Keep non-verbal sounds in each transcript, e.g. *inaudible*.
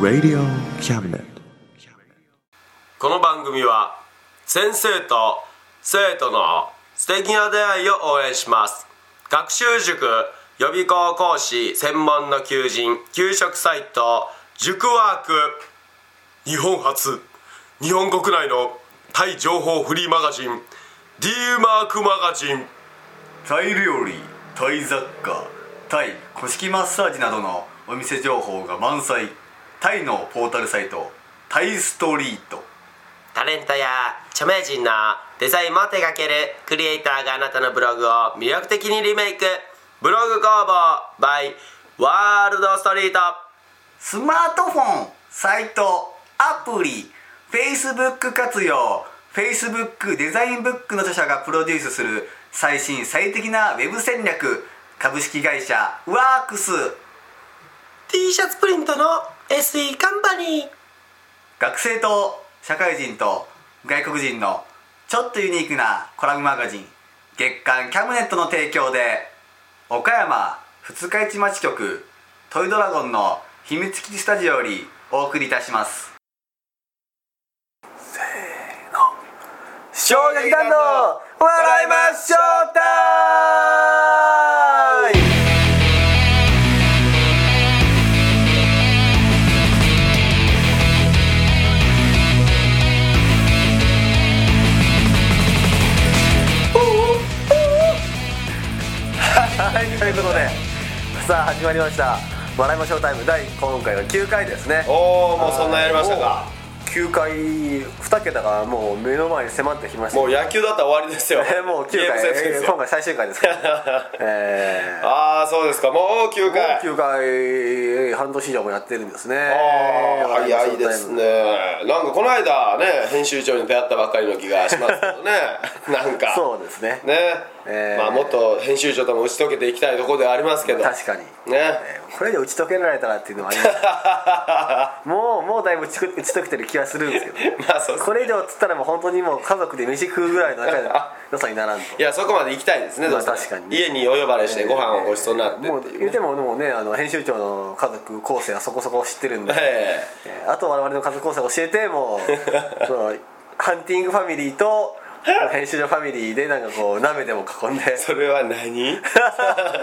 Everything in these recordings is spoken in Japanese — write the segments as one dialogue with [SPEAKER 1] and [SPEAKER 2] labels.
[SPEAKER 1] Radio Cabinet.
[SPEAKER 2] この番組は先生と生徒の素敵な出会いを応援します学習塾予備校講師専門の求人給食サイト塾ワーク日本初日本国内のタイ情報フリーマガジン D マークマガジン
[SPEAKER 3] タイ料理タイ雑貨タイ古式マッサージなどのお店情報が満載タイのポータルサイトタイストリート
[SPEAKER 2] タレントや著名人のデザインも手掛けるクリエイターがあなたのブログを魅力的にリメイクブログ工房 by ワールドストリート
[SPEAKER 3] スマートフォンサイトアプリ Facebook 活用 Facebook デザインブックの著者がプロデュースする最新最適なウェブ戦略株式会社ワークス
[SPEAKER 2] T シャツプリントの SE カンパニー
[SPEAKER 3] 学生と社会人と外国人のちょっとユニークなコラムマガジン月刊キャムネットの提供で岡山二日市町局トイドラゴンの秘密基地スタジオよりお送りいたしますせーの衝撃弾の笑いましょうタイムはい、ということでさあ始まりました「笑いましょうタイム」第今回は9回ですね
[SPEAKER 2] おおもうそんなやりましたか
[SPEAKER 3] 9回2桁がもう目の前に迫ってきました
[SPEAKER 2] もう野球だったら終わりですよ
[SPEAKER 3] えーもう9 *laughs*
[SPEAKER 2] ゲーム
[SPEAKER 3] 回
[SPEAKER 2] セットで
[SPEAKER 3] え
[SPEAKER 2] す
[SPEAKER 3] *laughs* ー今
[SPEAKER 2] よ
[SPEAKER 3] 回最終回ですから
[SPEAKER 2] *laughs*
[SPEAKER 3] え
[SPEAKER 2] ああそうですかもう9
[SPEAKER 3] ーも
[SPEAKER 2] 回
[SPEAKER 3] う9回半年以上もやってるんですね
[SPEAKER 2] ああ
[SPEAKER 3] 笑ましょ
[SPEAKER 2] 早
[SPEAKER 3] う
[SPEAKER 2] いですねなんかこの間ね編集長に出会ったばっかりの気がしますけど
[SPEAKER 3] *laughs*
[SPEAKER 2] ねなん
[SPEAKER 3] タ
[SPEAKER 2] か
[SPEAKER 3] イムそうですね
[SPEAKER 2] ね、
[SPEAKER 3] えー
[SPEAKER 2] まあもっと編集長とも打ち解けていきたいところではありますけど
[SPEAKER 3] 確かに、
[SPEAKER 2] ね
[SPEAKER 3] えーこれで打ち解けられたらっていうのもありま
[SPEAKER 2] *laughs*
[SPEAKER 3] すもうもうだいぶ打ち打ち解けてる気はするんですけど、
[SPEAKER 2] まあそうです
[SPEAKER 3] これ以上つったらもう本当にもう家族で飯食うぐらいの仲良さにならんと
[SPEAKER 2] いやそこまで行きたいですね、
[SPEAKER 3] まあ
[SPEAKER 2] どうしても
[SPEAKER 3] 確かにね
[SPEAKER 2] 家にお呼ばれしてご飯をごちそうになってって
[SPEAKER 3] もう
[SPEAKER 2] いう
[SPEAKER 3] 言うてもでもねあの編集長の家族構成はそこそこ知ってるんで、
[SPEAKER 2] え
[SPEAKER 3] えーあと我々の家族構成を教えて
[SPEAKER 2] *laughs*
[SPEAKER 3] もうそのハンティングファミリーと編集長ファミリーでなんかこう鍋でも囲んで
[SPEAKER 2] えそれは何 *laughs*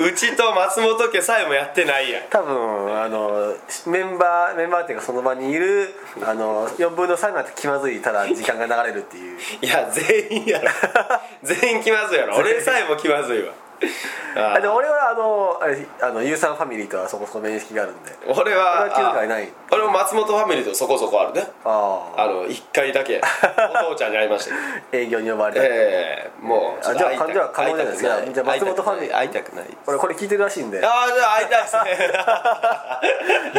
[SPEAKER 2] うちと松本家さえもやってないやん
[SPEAKER 3] 多分あのメンバーメンバーっていうかその場にいるあの4分の3が気まずいたら時間が流れるっていう
[SPEAKER 2] いや全員やろ *laughs* 全員気まずいやろ俺さえも気まずいわあ
[SPEAKER 3] あ
[SPEAKER 2] ー
[SPEAKER 3] でも俺はあのあれあのユーサンファミリーとはそこそこ面識があるんで
[SPEAKER 2] 俺は
[SPEAKER 3] 俺は9回ない
[SPEAKER 2] あ俺も松本ファミリーとそこそこあるね
[SPEAKER 3] ああ
[SPEAKER 2] あの1回だ
[SPEAKER 3] *laughs*
[SPEAKER 2] けお父ちゃんに会いましたけど
[SPEAKER 3] 営業に呼ばれて、
[SPEAKER 2] ええもう
[SPEAKER 3] あじゃあ
[SPEAKER 2] ちょっと会いたく
[SPEAKER 3] じゃあ可能じゃないですか
[SPEAKER 2] 会
[SPEAKER 3] じゃあ松本ファミリー
[SPEAKER 2] 会いたくないあ
[SPEAKER 3] 俺これ聞いてるらしいんで
[SPEAKER 2] あじゃあ会いたいです
[SPEAKER 3] *laughs*
[SPEAKER 2] ね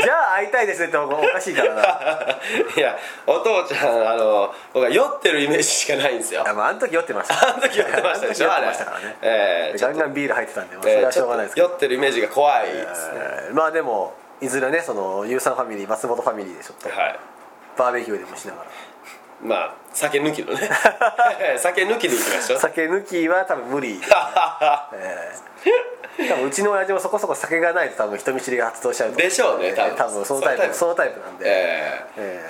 [SPEAKER 3] じゃあ会いたいですねっておかしいからな
[SPEAKER 2] *laughs* いやお父ちゃんあの僕は酔ってるイメージしかないんですよ
[SPEAKER 3] あまああの時酔ってました
[SPEAKER 2] あの時酔ってましたでしょ
[SPEAKER 3] あ
[SPEAKER 2] あ
[SPEAKER 3] の時
[SPEAKER 2] れ
[SPEAKER 3] *laughs* 酔ってましたからね
[SPEAKER 2] ええちょ
[SPEAKER 3] ガ
[SPEAKER 2] っ
[SPEAKER 3] ン
[SPEAKER 2] と
[SPEAKER 3] ガンビール入ってたんで、まあ、そ
[SPEAKER 2] え
[SPEAKER 3] れ
[SPEAKER 2] え
[SPEAKER 3] は
[SPEAKER 2] ち
[SPEAKER 3] しょ
[SPEAKER 2] ょ
[SPEAKER 3] うがない
[SPEAKER 2] っ
[SPEAKER 3] です
[SPEAKER 2] と酔
[SPEAKER 3] けど、
[SPEAKER 2] ってるイメージが怖いですね
[SPEAKER 3] えーまあでもいずれねそのユーサンファミリー松本ファミリーでちょっと
[SPEAKER 2] はい
[SPEAKER 3] バーベキューでもしながら
[SPEAKER 2] まあ酒抜き
[SPEAKER 3] *laughs*
[SPEAKER 2] のね酒抜きでいきましょう
[SPEAKER 3] 酒抜きは多分無理、えー多分うちの親父もそこそこ酒がないと多分人見知りが発動しちゃうと思
[SPEAKER 2] でしょうね多分
[SPEAKER 3] えーそのタイプそ
[SPEAKER 2] そ
[SPEAKER 3] のタイプなんで、
[SPEAKER 2] *laughs* ええ
[SPEAKER 3] え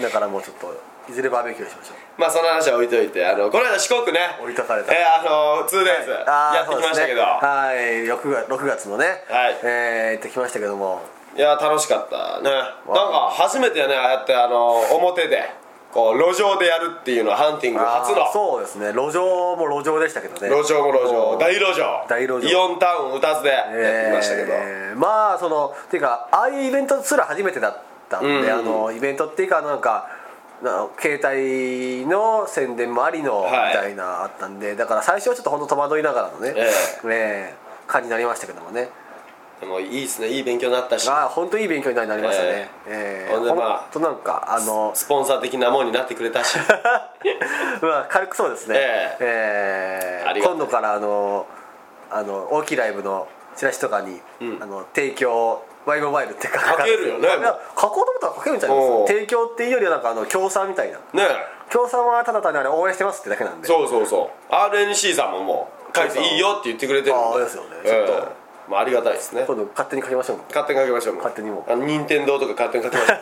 [SPEAKER 3] ーだからもうちょっといずれバーベキューしましょう
[SPEAKER 2] *laughs* まあその話は置いといてあのこの間四国ね
[SPEAKER 3] 置いとかれた
[SPEAKER 2] えー、あの 2days、
[SPEAKER 3] ー
[SPEAKER 2] やってきましたけど、
[SPEAKER 3] そうですね、はい6月 ,6 月のね、
[SPEAKER 2] はい
[SPEAKER 3] えー行ってきましたけども
[SPEAKER 2] いや楽しかったねなんか初めてねああやってあの表でこう路上でやるっていうのはハンティング初
[SPEAKER 3] あー
[SPEAKER 2] の
[SPEAKER 3] そうですね路上も路上でしたけどね
[SPEAKER 2] 路上も路
[SPEAKER 3] も
[SPEAKER 2] 上
[SPEAKER 3] う
[SPEAKER 2] 大路上
[SPEAKER 3] 大路上
[SPEAKER 2] イオンタウンを歌つでやってきましたけど、
[SPEAKER 3] えーまあそのっていうかああいうイベントすら初めてだったんで、
[SPEAKER 2] うん
[SPEAKER 3] あのイベントっていうかなんかな携帯の宣伝もありのみ
[SPEAKER 2] はい
[SPEAKER 3] たいなあったんで、だから最初はちょっと本当戸惑いながらのね、
[SPEAKER 2] え
[SPEAKER 3] えー感じになりましたけどもね
[SPEAKER 2] でもいいですねいい勉強になったし
[SPEAKER 3] ああ本当いい勉強になりましたね、え
[SPEAKER 2] えー
[SPEAKER 3] え
[SPEAKER 2] ほんでまあ
[SPEAKER 3] ほんとなんかあの
[SPEAKER 2] スポンサー的なもんになってくれたし
[SPEAKER 3] *laughs* まあ軽くそうですね、
[SPEAKER 2] え
[SPEAKER 3] えー
[SPEAKER 2] ありがたい
[SPEAKER 3] 今度からあのあの大きいライブのチラシとかに、あの提供ワイモバイルって書か
[SPEAKER 2] 書けるよね
[SPEAKER 3] いや書こうと思ったら書けるんじゃないです
[SPEAKER 2] おう
[SPEAKER 3] か提供っていうよりはなんかあの協賛みたいな
[SPEAKER 2] ね
[SPEAKER 3] 協賛はただ単にあれ応援してますってだけなんで
[SPEAKER 2] そうそうそう RNC さんももう書いていいよって言ってくれてるんで
[SPEAKER 3] ああですよね、ちょっと
[SPEAKER 2] まあ、ありがたいですね
[SPEAKER 3] 今度勝手に書きましょう
[SPEAKER 2] 勝手に書きましょう
[SPEAKER 3] 勝手にも
[SPEAKER 2] あの任天堂とか勝手に書きましょ
[SPEAKER 3] *laughs*
[SPEAKER 2] う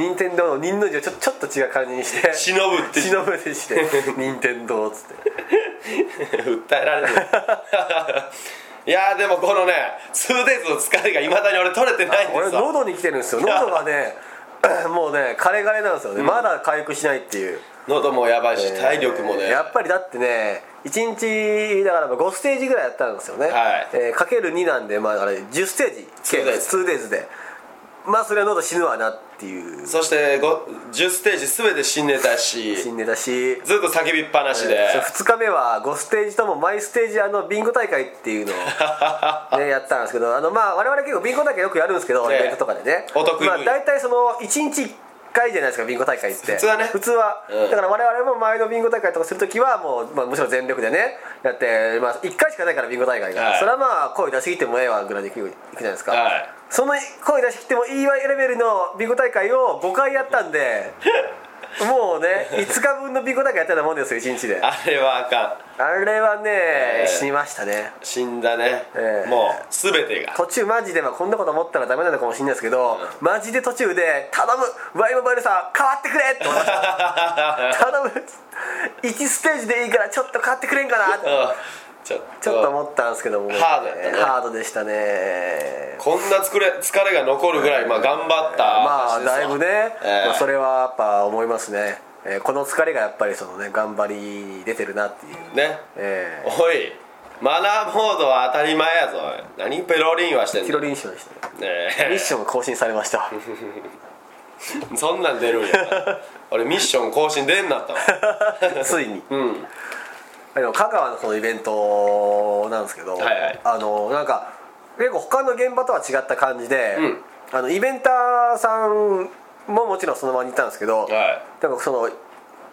[SPEAKER 3] 任天堂の忍の字をちょちょっと違う感じ
[SPEAKER 2] *laughs*
[SPEAKER 3] にして
[SPEAKER 2] 忍ぶ
[SPEAKER 3] *laughs*
[SPEAKER 2] って
[SPEAKER 3] 忍ぶに
[SPEAKER 2] *laughs*
[SPEAKER 3] して任天堂っつって
[SPEAKER 2] 訴えられ
[SPEAKER 3] *laughs*
[SPEAKER 2] るいやーでもこのね 2days の疲れがいまだに俺取れてないんで
[SPEAKER 3] 俺
[SPEAKER 2] すよ
[SPEAKER 3] 喉に来てるんですよ喉がね *clears throat* もうねカレガレなんですよね、まだ回復しないっていう
[SPEAKER 2] 喉もやばいし体力もね、
[SPEAKER 3] やっぱりだってね1日だからまあ5ステージぐらいやったんですよね、
[SPEAKER 2] はい
[SPEAKER 3] えーかける2なんで、まあ、あれ10ステージ計
[SPEAKER 2] 2days
[SPEAKER 3] 2 days でまあそれは喉死ぬわなっていう
[SPEAKER 2] そしてご10ステージ全て新ネタし
[SPEAKER 3] *laughs* 死んでたし
[SPEAKER 2] ずっと叫びっぱなしで、
[SPEAKER 3] 2日目は5ステージとも毎ステージあのビンゴ大会っていうのを、
[SPEAKER 2] *laughs*
[SPEAKER 3] ね、やったんですけどあの、まあ、我々結構ビンゴ大会よくやるんですけど、
[SPEAKER 2] ね
[SPEAKER 3] イベントとかでね
[SPEAKER 2] お得意分野
[SPEAKER 3] まあ、大体その1日1回じゃないですかビンゴ大会って
[SPEAKER 2] 普通はね
[SPEAKER 3] 普通は、
[SPEAKER 2] うん
[SPEAKER 3] だから我々も前のビンゴ大会とかするときはもう、まあ、むしろ全力でねやって、まあ、1回しかないからビンゴ大会が、
[SPEAKER 2] はい
[SPEAKER 3] それはまあ声出し切ってもええわぐらいでいくいくじゃないですか、
[SPEAKER 2] はい
[SPEAKER 3] その声出し切ってもいいわレベルのビンゴ大会を5回やった
[SPEAKER 2] *laughs*
[SPEAKER 3] んでもうね5日分のビンゴ大会やったようなもんですよ1日で
[SPEAKER 2] あれはあかん
[SPEAKER 3] あれはね、
[SPEAKER 2] えー
[SPEAKER 3] 死にましたね
[SPEAKER 2] 死んだね、
[SPEAKER 3] ええ
[SPEAKER 2] もう全てが
[SPEAKER 3] 途中マジで、まあ、こんなこと思ったらダメなのかもしれないですけど、マジで途中で「頼む Y モバイルさん変わってくれ!」って思いました
[SPEAKER 2] *laughs*
[SPEAKER 3] 頼む1ステージでいいからちょっと変わってくれんかなって
[SPEAKER 2] うんちょ
[SPEAKER 3] ちょっと思ったんですけども、
[SPEAKER 2] ハードやったね
[SPEAKER 3] ハードでしたね
[SPEAKER 2] こんな疲れ疲れが残るぐらい、まあ、頑張った
[SPEAKER 3] まあ
[SPEAKER 2] 話ですわ
[SPEAKER 3] だいぶね、
[SPEAKER 2] ええ
[SPEAKER 3] まあ、それはやっぱ思いますね、えーこの疲れがやっぱりそのね頑張りに出てるなっていう、
[SPEAKER 2] ね
[SPEAKER 3] えー
[SPEAKER 2] おいマナーモードは当たり前やぞおい何ペロリンはしてん
[SPEAKER 3] ピ
[SPEAKER 2] の
[SPEAKER 3] ロ
[SPEAKER 2] ね
[SPEAKER 3] リン賞でしたねミッ
[SPEAKER 2] え
[SPEAKER 3] ション更新されました
[SPEAKER 2] そんなん出
[SPEAKER 3] *laughs*
[SPEAKER 2] るんや俺ミッション更新出んなったわ
[SPEAKER 3] *laughs* ついに
[SPEAKER 2] うん
[SPEAKER 3] あの香川のそのイベントなんですけど、
[SPEAKER 2] はいはい
[SPEAKER 3] あのなんか結構他の現場とは違った感じで、
[SPEAKER 2] うん
[SPEAKER 3] あのイベンターさんももちろんその場にいたんですけど、
[SPEAKER 2] は
[SPEAKER 3] なんかその、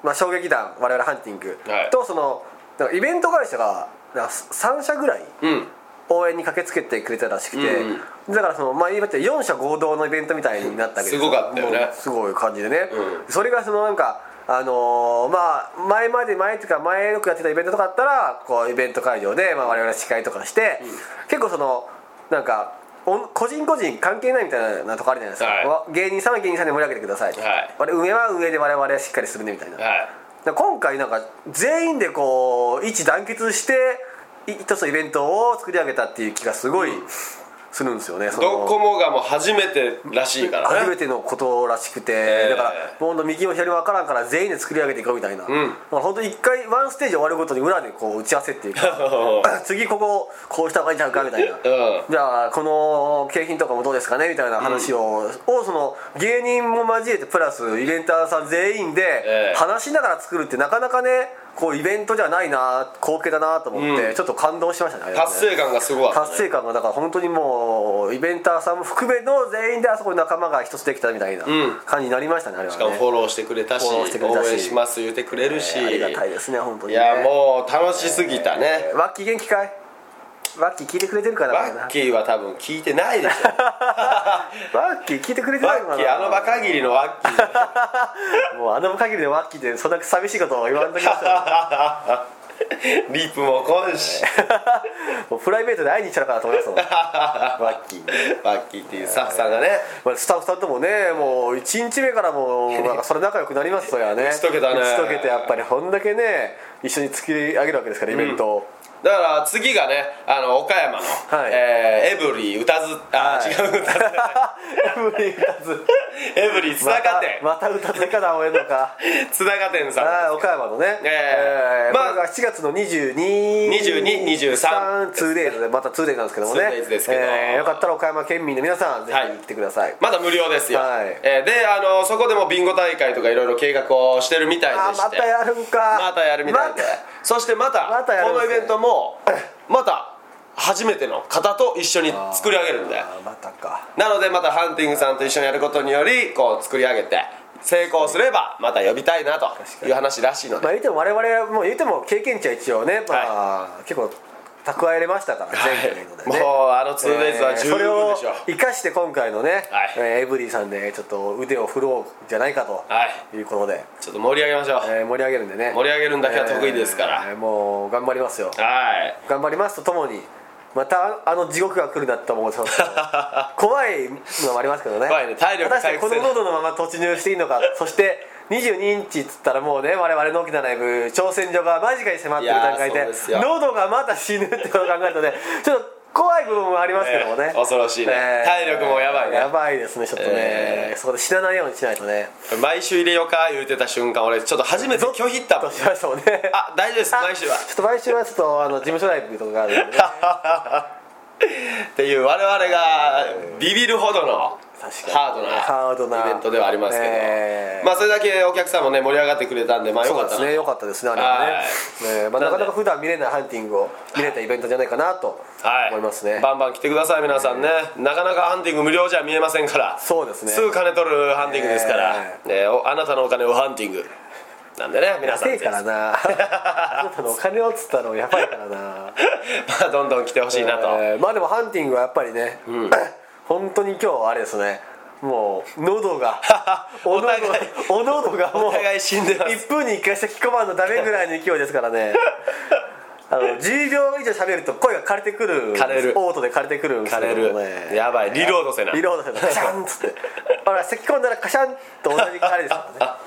[SPEAKER 3] まあ、衝撃団我々ハンティング、
[SPEAKER 2] はい
[SPEAKER 3] とそのなんかイベント会社がなんか3社ぐらい
[SPEAKER 2] いうん
[SPEAKER 3] 応援に駆けつけてくれたらしくて、
[SPEAKER 2] うん
[SPEAKER 3] だからその、まあ、言って4社合同のイベントみたいになったわけですよ
[SPEAKER 2] すごかったよね
[SPEAKER 3] もうすごい感じでね、
[SPEAKER 2] う
[SPEAKER 3] それがそのなんかあのーまあ前まで前っていうか前よくやってたイベントとかあったらこうイベント会場で、まあ、我々司会とかして、結構そのなんかおん個人個人関係ないみたいなとこあるじゃないですか、
[SPEAKER 2] はい
[SPEAKER 3] わ芸人さんは芸人さんで盛り上げてください、
[SPEAKER 2] はい
[SPEAKER 3] 我々上は上で我々はしっかりするねみたいな、
[SPEAKER 2] はい
[SPEAKER 3] で今回なんか全員でこう一致団結してい一つのイベントを作り上げたっていう気がすごいするんですよね、その
[SPEAKER 2] ドコモがもう初めてらしいからね
[SPEAKER 3] 初めてのことらしくて、
[SPEAKER 2] え
[SPEAKER 3] だからほんと右も左も分からんから全員で作り上げていこうみたいな、
[SPEAKER 2] ん
[SPEAKER 3] だから本当一回ワンステージ終わるごとに裏でこう打ち合わせ
[SPEAKER 2] *laughs*
[SPEAKER 3] っていうか *laughs* 次こここうした方がいいんちゃうかみたいな、
[SPEAKER 2] うん
[SPEAKER 3] じゃあこの景品とかもどうですかねみたいな話を,、をその芸人も交えてプラスイベンターさん全員
[SPEAKER 2] え
[SPEAKER 3] で
[SPEAKER 2] え
[SPEAKER 3] 話しながら作るってなかなかねこうイベントじゃないな光景だなと思って、
[SPEAKER 2] うん
[SPEAKER 3] ちょっと感動しましたねあれはね
[SPEAKER 2] 達成感がすごかった、ね、
[SPEAKER 3] 達成感がだから本当にもうイベンターさんも含めの全員であそこに仲間が一つできたみたいなん感じになりましたね、あれは
[SPEAKER 2] し
[SPEAKER 3] ね
[SPEAKER 2] かもフォローしてくれたし
[SPEAKER 3] フォローしてくれ
[SPEAKER 2] 応
[SPEAKER 3] たし
[SPEAKER 2] 援します言ってくれるし、
[SPEAKER 3] ありがたいですね本当
[SPEAKER 2] い
[SPEAKER 3] に、ね、
[SPEAKER 2] やもう楽しすぎたね、
[SPEAKER 3] うワッキー元気かいワッキー聞いてくれてるかな
[SPEAKER 2] バッキーは多分聞いてないでしょ
[SPEAKER 3] ワッキー聞いてくれて
[SPEAKER 2] バ
[SPEAKER 3] *laughs* ないのかな
[SPEAKER 2] ッキーあの場限りのバッキー
[SPEAKER 3] もうあの限りでワッキーでそんな寂しいことを言わんとき
[SPEAKER 2] *laughs*
[SPEAKER 3] ましょ
[SPEAKER 2] リップも来んし
[SPEAKER 3] うもうプライベートで会いに行っちゃうかなと思いますも
[SPEAKER 2] *laughs*
[SPEAKER 3] んワッキーに
[SPEAKER 2] バッキーっていうスタッフさんがね
[SPEAKER 3] まあ、スタッフさんともねもう1日目からもうなんかそれ仲良くなりますそりゃね
[SPEAKER 2] 打ち解けたね
[SPEAKER 3] 打ち解けてやっぱりこんだけね一緒に作り上げるわけですからイベントを、
[SPEAKER 2] だから次がねあの岡山の、
[SPEAKER 3] はい
[SPEAKER 2] えーエブリー歌ずあ、
[SPEAKER 3] はい
[SPEAKER 2] 違う
[SPEAKER 3] *laughs*
[SPEAKER 2] *laughs* 歌ず
[SPEAKER 3] 無理歌ず
[SPEAKER 2] *laughs* エブリーつながてん
[SPEAKER 3] またまた歌ずかな俺のか
[SPEAKER 2] つながてんさん
[SPEAKER 3] ああ岡山のね
[SPEAKER 2] ええまあ
[SPEAKER 3] まあが7月の22
[SPEAKER 2] 22
[SPEAKER 3] 223でまた 2days なんですけどもね
[SPEAKER 2] 2days ですけど
[SPEAKER 3] ええよかったら岡山県民の皆さんぜ
[SPEAKER 2] はい
[SPEAKER 3] ひ来てください、
[SPEAKER 2] まだ無料ですよ、
[SPEAKER 3] はい
[SPEAKER 2] えーであのそこでもビンゴ大会とかいろいろ計画をしてるみたい
[SPEAKER 3] ああ
[SPEAKER 2] でし
[SPEAKER 3] ま
[SPEAKER 2] て
[SPEAKER 3] たやるんか
[SPEAKER 2] またやるみたいで、
[SPEAKER 3] ま
[SPEAKER 2] そしてまた
[SPEAKER 3] またやるん
[SPEAKER 2] こ
[SPEAKER 3] で
[SPEAKER 2] の
[SPEAKER 3] す
[SPEAKER 2] イ
[SPEAKER 3] ね
[SPEAKER 2] ベントもまた初めての方と一緒に作り上げるんで
[SPEAKER 3] ああまたか
[SPEAKER 2] なのでまたハンティングさんと一緒にやることによりこう作り上げて成功すればまた呼びたいなという話らしいので
[SPEAKER 3] まあ言っても我々はもう言っても経験値は一応ね、まあ結構蓄えれましたから前回ので
[SPEAKER 2] は
[SPEAKER 3] ね、
[SPEAKER 2] いもうあの 2days は十分でしょう
[SPEAKER 3] えーそれを生かして今回のね、
[SPEAKER 2] はい
[SPEAKER 3] えーエブリィさんでちょっと腕を振ろうじゃないかと
[SPEAKER 2] はい
[SPEAKER 3] いうことで、
[SPEAKER 2] ちょっと盛り上げましょう
[SPEAKER 3] えー盛り上げるんでね
[SPEAKER 2] 盛り上げるんだけは得意ですから
[SPEAKER 3] えーもう頑張りますよ
[SPEAKER 2] はい
[SPEAKER 3] 頑張りますとともにまたあの地獄が来るなって思うそう
[SPEAKER 2] *laughs*
[SPEAKER 3] 怖いのもありますけどね
[SPEAKER 2] 怖いね体力
[SPEAKER 3] 果たして
[SPEAKER 2] 回
[SPEAKER 3] こ
[SPEAKER 2] 復せ
[SPEAKER 3] の
[SPEAKER 2] な
[SPEAKER 3] 濃度のまま突入してい
[SPEAKER 2] *laughs*
[SPEAKER 3] いのかそして22インチっつったらもうね我々の沖縄内部挑戦所が間近に迫ってる段階
[SPEAKER 2] いやー
[SPEAKER 3] で
[SPEAKER 2] そうですよ
[SPEAKER 3] 喉がまた死ぬってことを考えるとねちょっと怖い部分もありますけどもね、
[SPEAKER 2] ええ恐ろしいね体力もやばいね
[SPEAKER 3] やばいですねちょっとね、
[SPEAKER 2] ええ
[SPEAKER 3] そこで死なないようにしないとね
[SPEAKER 2] 毎週入れようか言うてた瞬間俺ちょっと初めて拒否ったもん
[SPEAKER 3] としましたもんね
[SPEAKER 2] あ大丈夫です
[SPEAKER 3] あ
[SPEAKER 2] 毎週は *laughs*
[SPEAKER 3] ちょっと毎週はちょっとあの事務所ライブとかがあるんでね
[SPEAKER 2] っていう我々がビビるほどの
[SPEAKER 3] 確かに
[SPEAKER 2] ハ
[SPEAKER 3] ハ
[SPEAKER 2] ー
[SPEAKER 3] ー
[SPEAKER 2] ド
[SPEAKER 3] ド
[SPEAKER 2] な
[SPEAKER 3] な
[SPEAKER 2] イベントではありますけど、
[SPEAKER 3] ええ
[SPEAKER 2] まあそれだけお客さんもね盛り上がってくれたんでまあよ
[SPEAKER 3] そう
[SPEAKER 2] かった
[SPEAKER 3] です
[SPEAKER 2] な
[SPEAKER 3] ね良かったですねあれはね
[SPEAKER 2] はい
[SPEAKER 3] ねえまあ、
[SPEAKER 2] な
[SPEAKER 3] なん
[SPEAKER 2] で
[SPEAKER 3] かなか普段見れないハンティングを見れたイベントじゃないかなと
[SPEAKER 2] はい、
[SPEAKER 3] 思いますね、
[SPEAKER 2] バンバン来てください皆さんね、なかなかハンティング無料じゃ見えませんから
[SPEAKER 3] そうですね
[SPEAKER 2] すぐ金取るハンティングですから、
[SPEAKER 3] え
[SPEAKER 2] ねおあなたのお金をハンティングなんでね皆さん
[SPEAKER 3] せえか
[SPEAKER 2] *laughs*
[SPEAKER 3] らなあなたのお金をっつったのやばいから
[SPEAKER 2] *laughs*
[SPEAKER 3] な
[SPEAKER 2] まあどんどん来てほしいなと、
[SPEAKER 3] えーまあでもハンティングはやっぱりね、 *coughs* 本当に今日はあれですねもう喉が
[SPEAKER 2] *laughs* お互い
[SPEAKER 3] お喉お喉がもう
[SPEAKER 2] お互い死んでます
[SPEAKER 3] 1分に1回しか聞こまんのダメぐらいの勢いですか
[SPEAKER 2] *laughs*
[SPEAKER 3] らねあの10秒以上喋ると声が枯れてくるんです
[SPEAKER 2] 枯れる
[SPEAKER 3] オートで枯れてくるんです
[SPEAKER 2] 枯
[SPEAKER 3] け
[SPEAKER 2] れ
[SPEAKER 3] ど
[SPEAKER 2] る、
[SPEAKER 3] もね
[SPEAKER 2] やばいリロードせな
[SPEAKER 3] リロードしてカシャンっつってあら咳き込んだらカシャンと同じあれ
[SPEAKER 2] *laughs*
[SPEAKER 3] ですから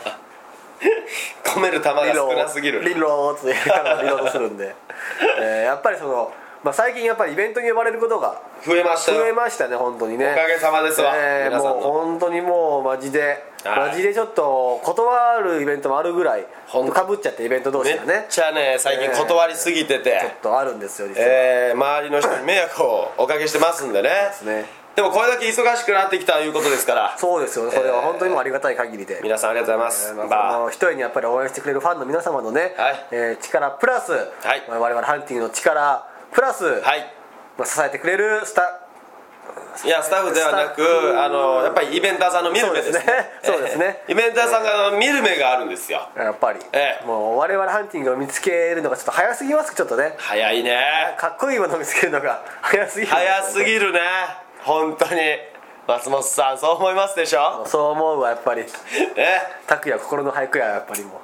[SPEAKER 2] 込める球が
[SPEAKER 3] ねリロ
[SPEAKER 2] 少
[SPEAKER 3] ー
[SPEAKER 2] なすぎる
[SPEAKER 3] リローっつってやりながらリロードするんで、えーやっぱりその、まあ、最近やっぱりイベントに呼ばれることが
[SPEAKER 2] 増えました
[SPEAKER 3] 増え
[SPEAKER 2] よ
[SPEAKER 3] ましたね本当にね
[SPEAKER 2] おかげさまですわ
[SPEAKER 3] えー
[SPEAKER 2] 皆さんの
[SPEAKER 3] もう本当にもうマジで、
[SPEAKER 2] はい
[SPEAKER 3] マジでちょっと断るイベントもあるぐらい
[SPEAKER 2] ほんと
[SPEAKER 3] かぶっちゃってイベント同士
[SPEAKER 2] めっ
[SPEAKER 3] がねち
[SPEAKER 2] ちゃね最近断りすぎてて、
[SPEAKER 3] ょっとあるんですよ実は、
[SPEAKER 2] えー周りの人に迷惑をおかけしてますんでね
[SPEAKER 3] すね
[SPEAKER 2] でもこれだけ忙しくなってきたということですから
[SPEAKER 3] そうですよねそれは本当にもうありがたい限りで、
[SPEAKER 2] 皆さんありがとうございます、
[SPEAKER 3] えーまあ
[SPEAKER 2] まあ
[SPEAKER 3] その一重にやっぱり応援してくれるファンの皆様のね、
[SPEAKER 2] はい
[SPEAKER 3] えー力プラス、
[SPEAKER 2] い
[SPEAKER 3] まあ我々ハンティングの力プラス、
[SPEAKER 2] はい
[SPEAKER 3] まあ、支えてくれるスタ
[SPEAKER 2] いやスタッフではな
[SPEAKER 3] スタッ
[SPEAKER 2] く
[SPEAKER 3] フ
[SPEAKER 2] あのやっぱりイベンターさんの見る目ですね
[SPEAKER 3] そうですねそうですね
[SPEAKER 2] えーイベンターさんが見る目があるんですよ
[SPEAKER 3] やっぱり、
[SPEAKER 2] ええ
[SPEAKER 3] もう我々ハンティングを見つけるのがちょっと早すぎますちょっとね
[SPEAKER 2] 早いね
[SPEAKER 3] かっこいいものを見つけるのが早すぎる
[SPEAKER 2] 早すぎるね本当に松本さんそう思いますでしょ
[SPEAKER 3] そう思うわやっぱり
[SPEAKER 2] え
[SPEAKER 3] 拓也心の俳句ややっぱりも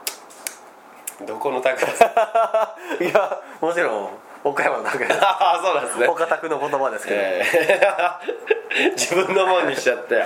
[SPEAKER 2] どこの高さん *laughs*
[SPEAKER 3] ういやもちろん岡山の拓也です
[SPEAKER 2] ああそうなんですね
[SPEAKER 3] 岡拓の言葉ですけど、
[SPEAKER 2] えー *laughs* 自分のもんにしちゃって
[SPEAKER 3] はい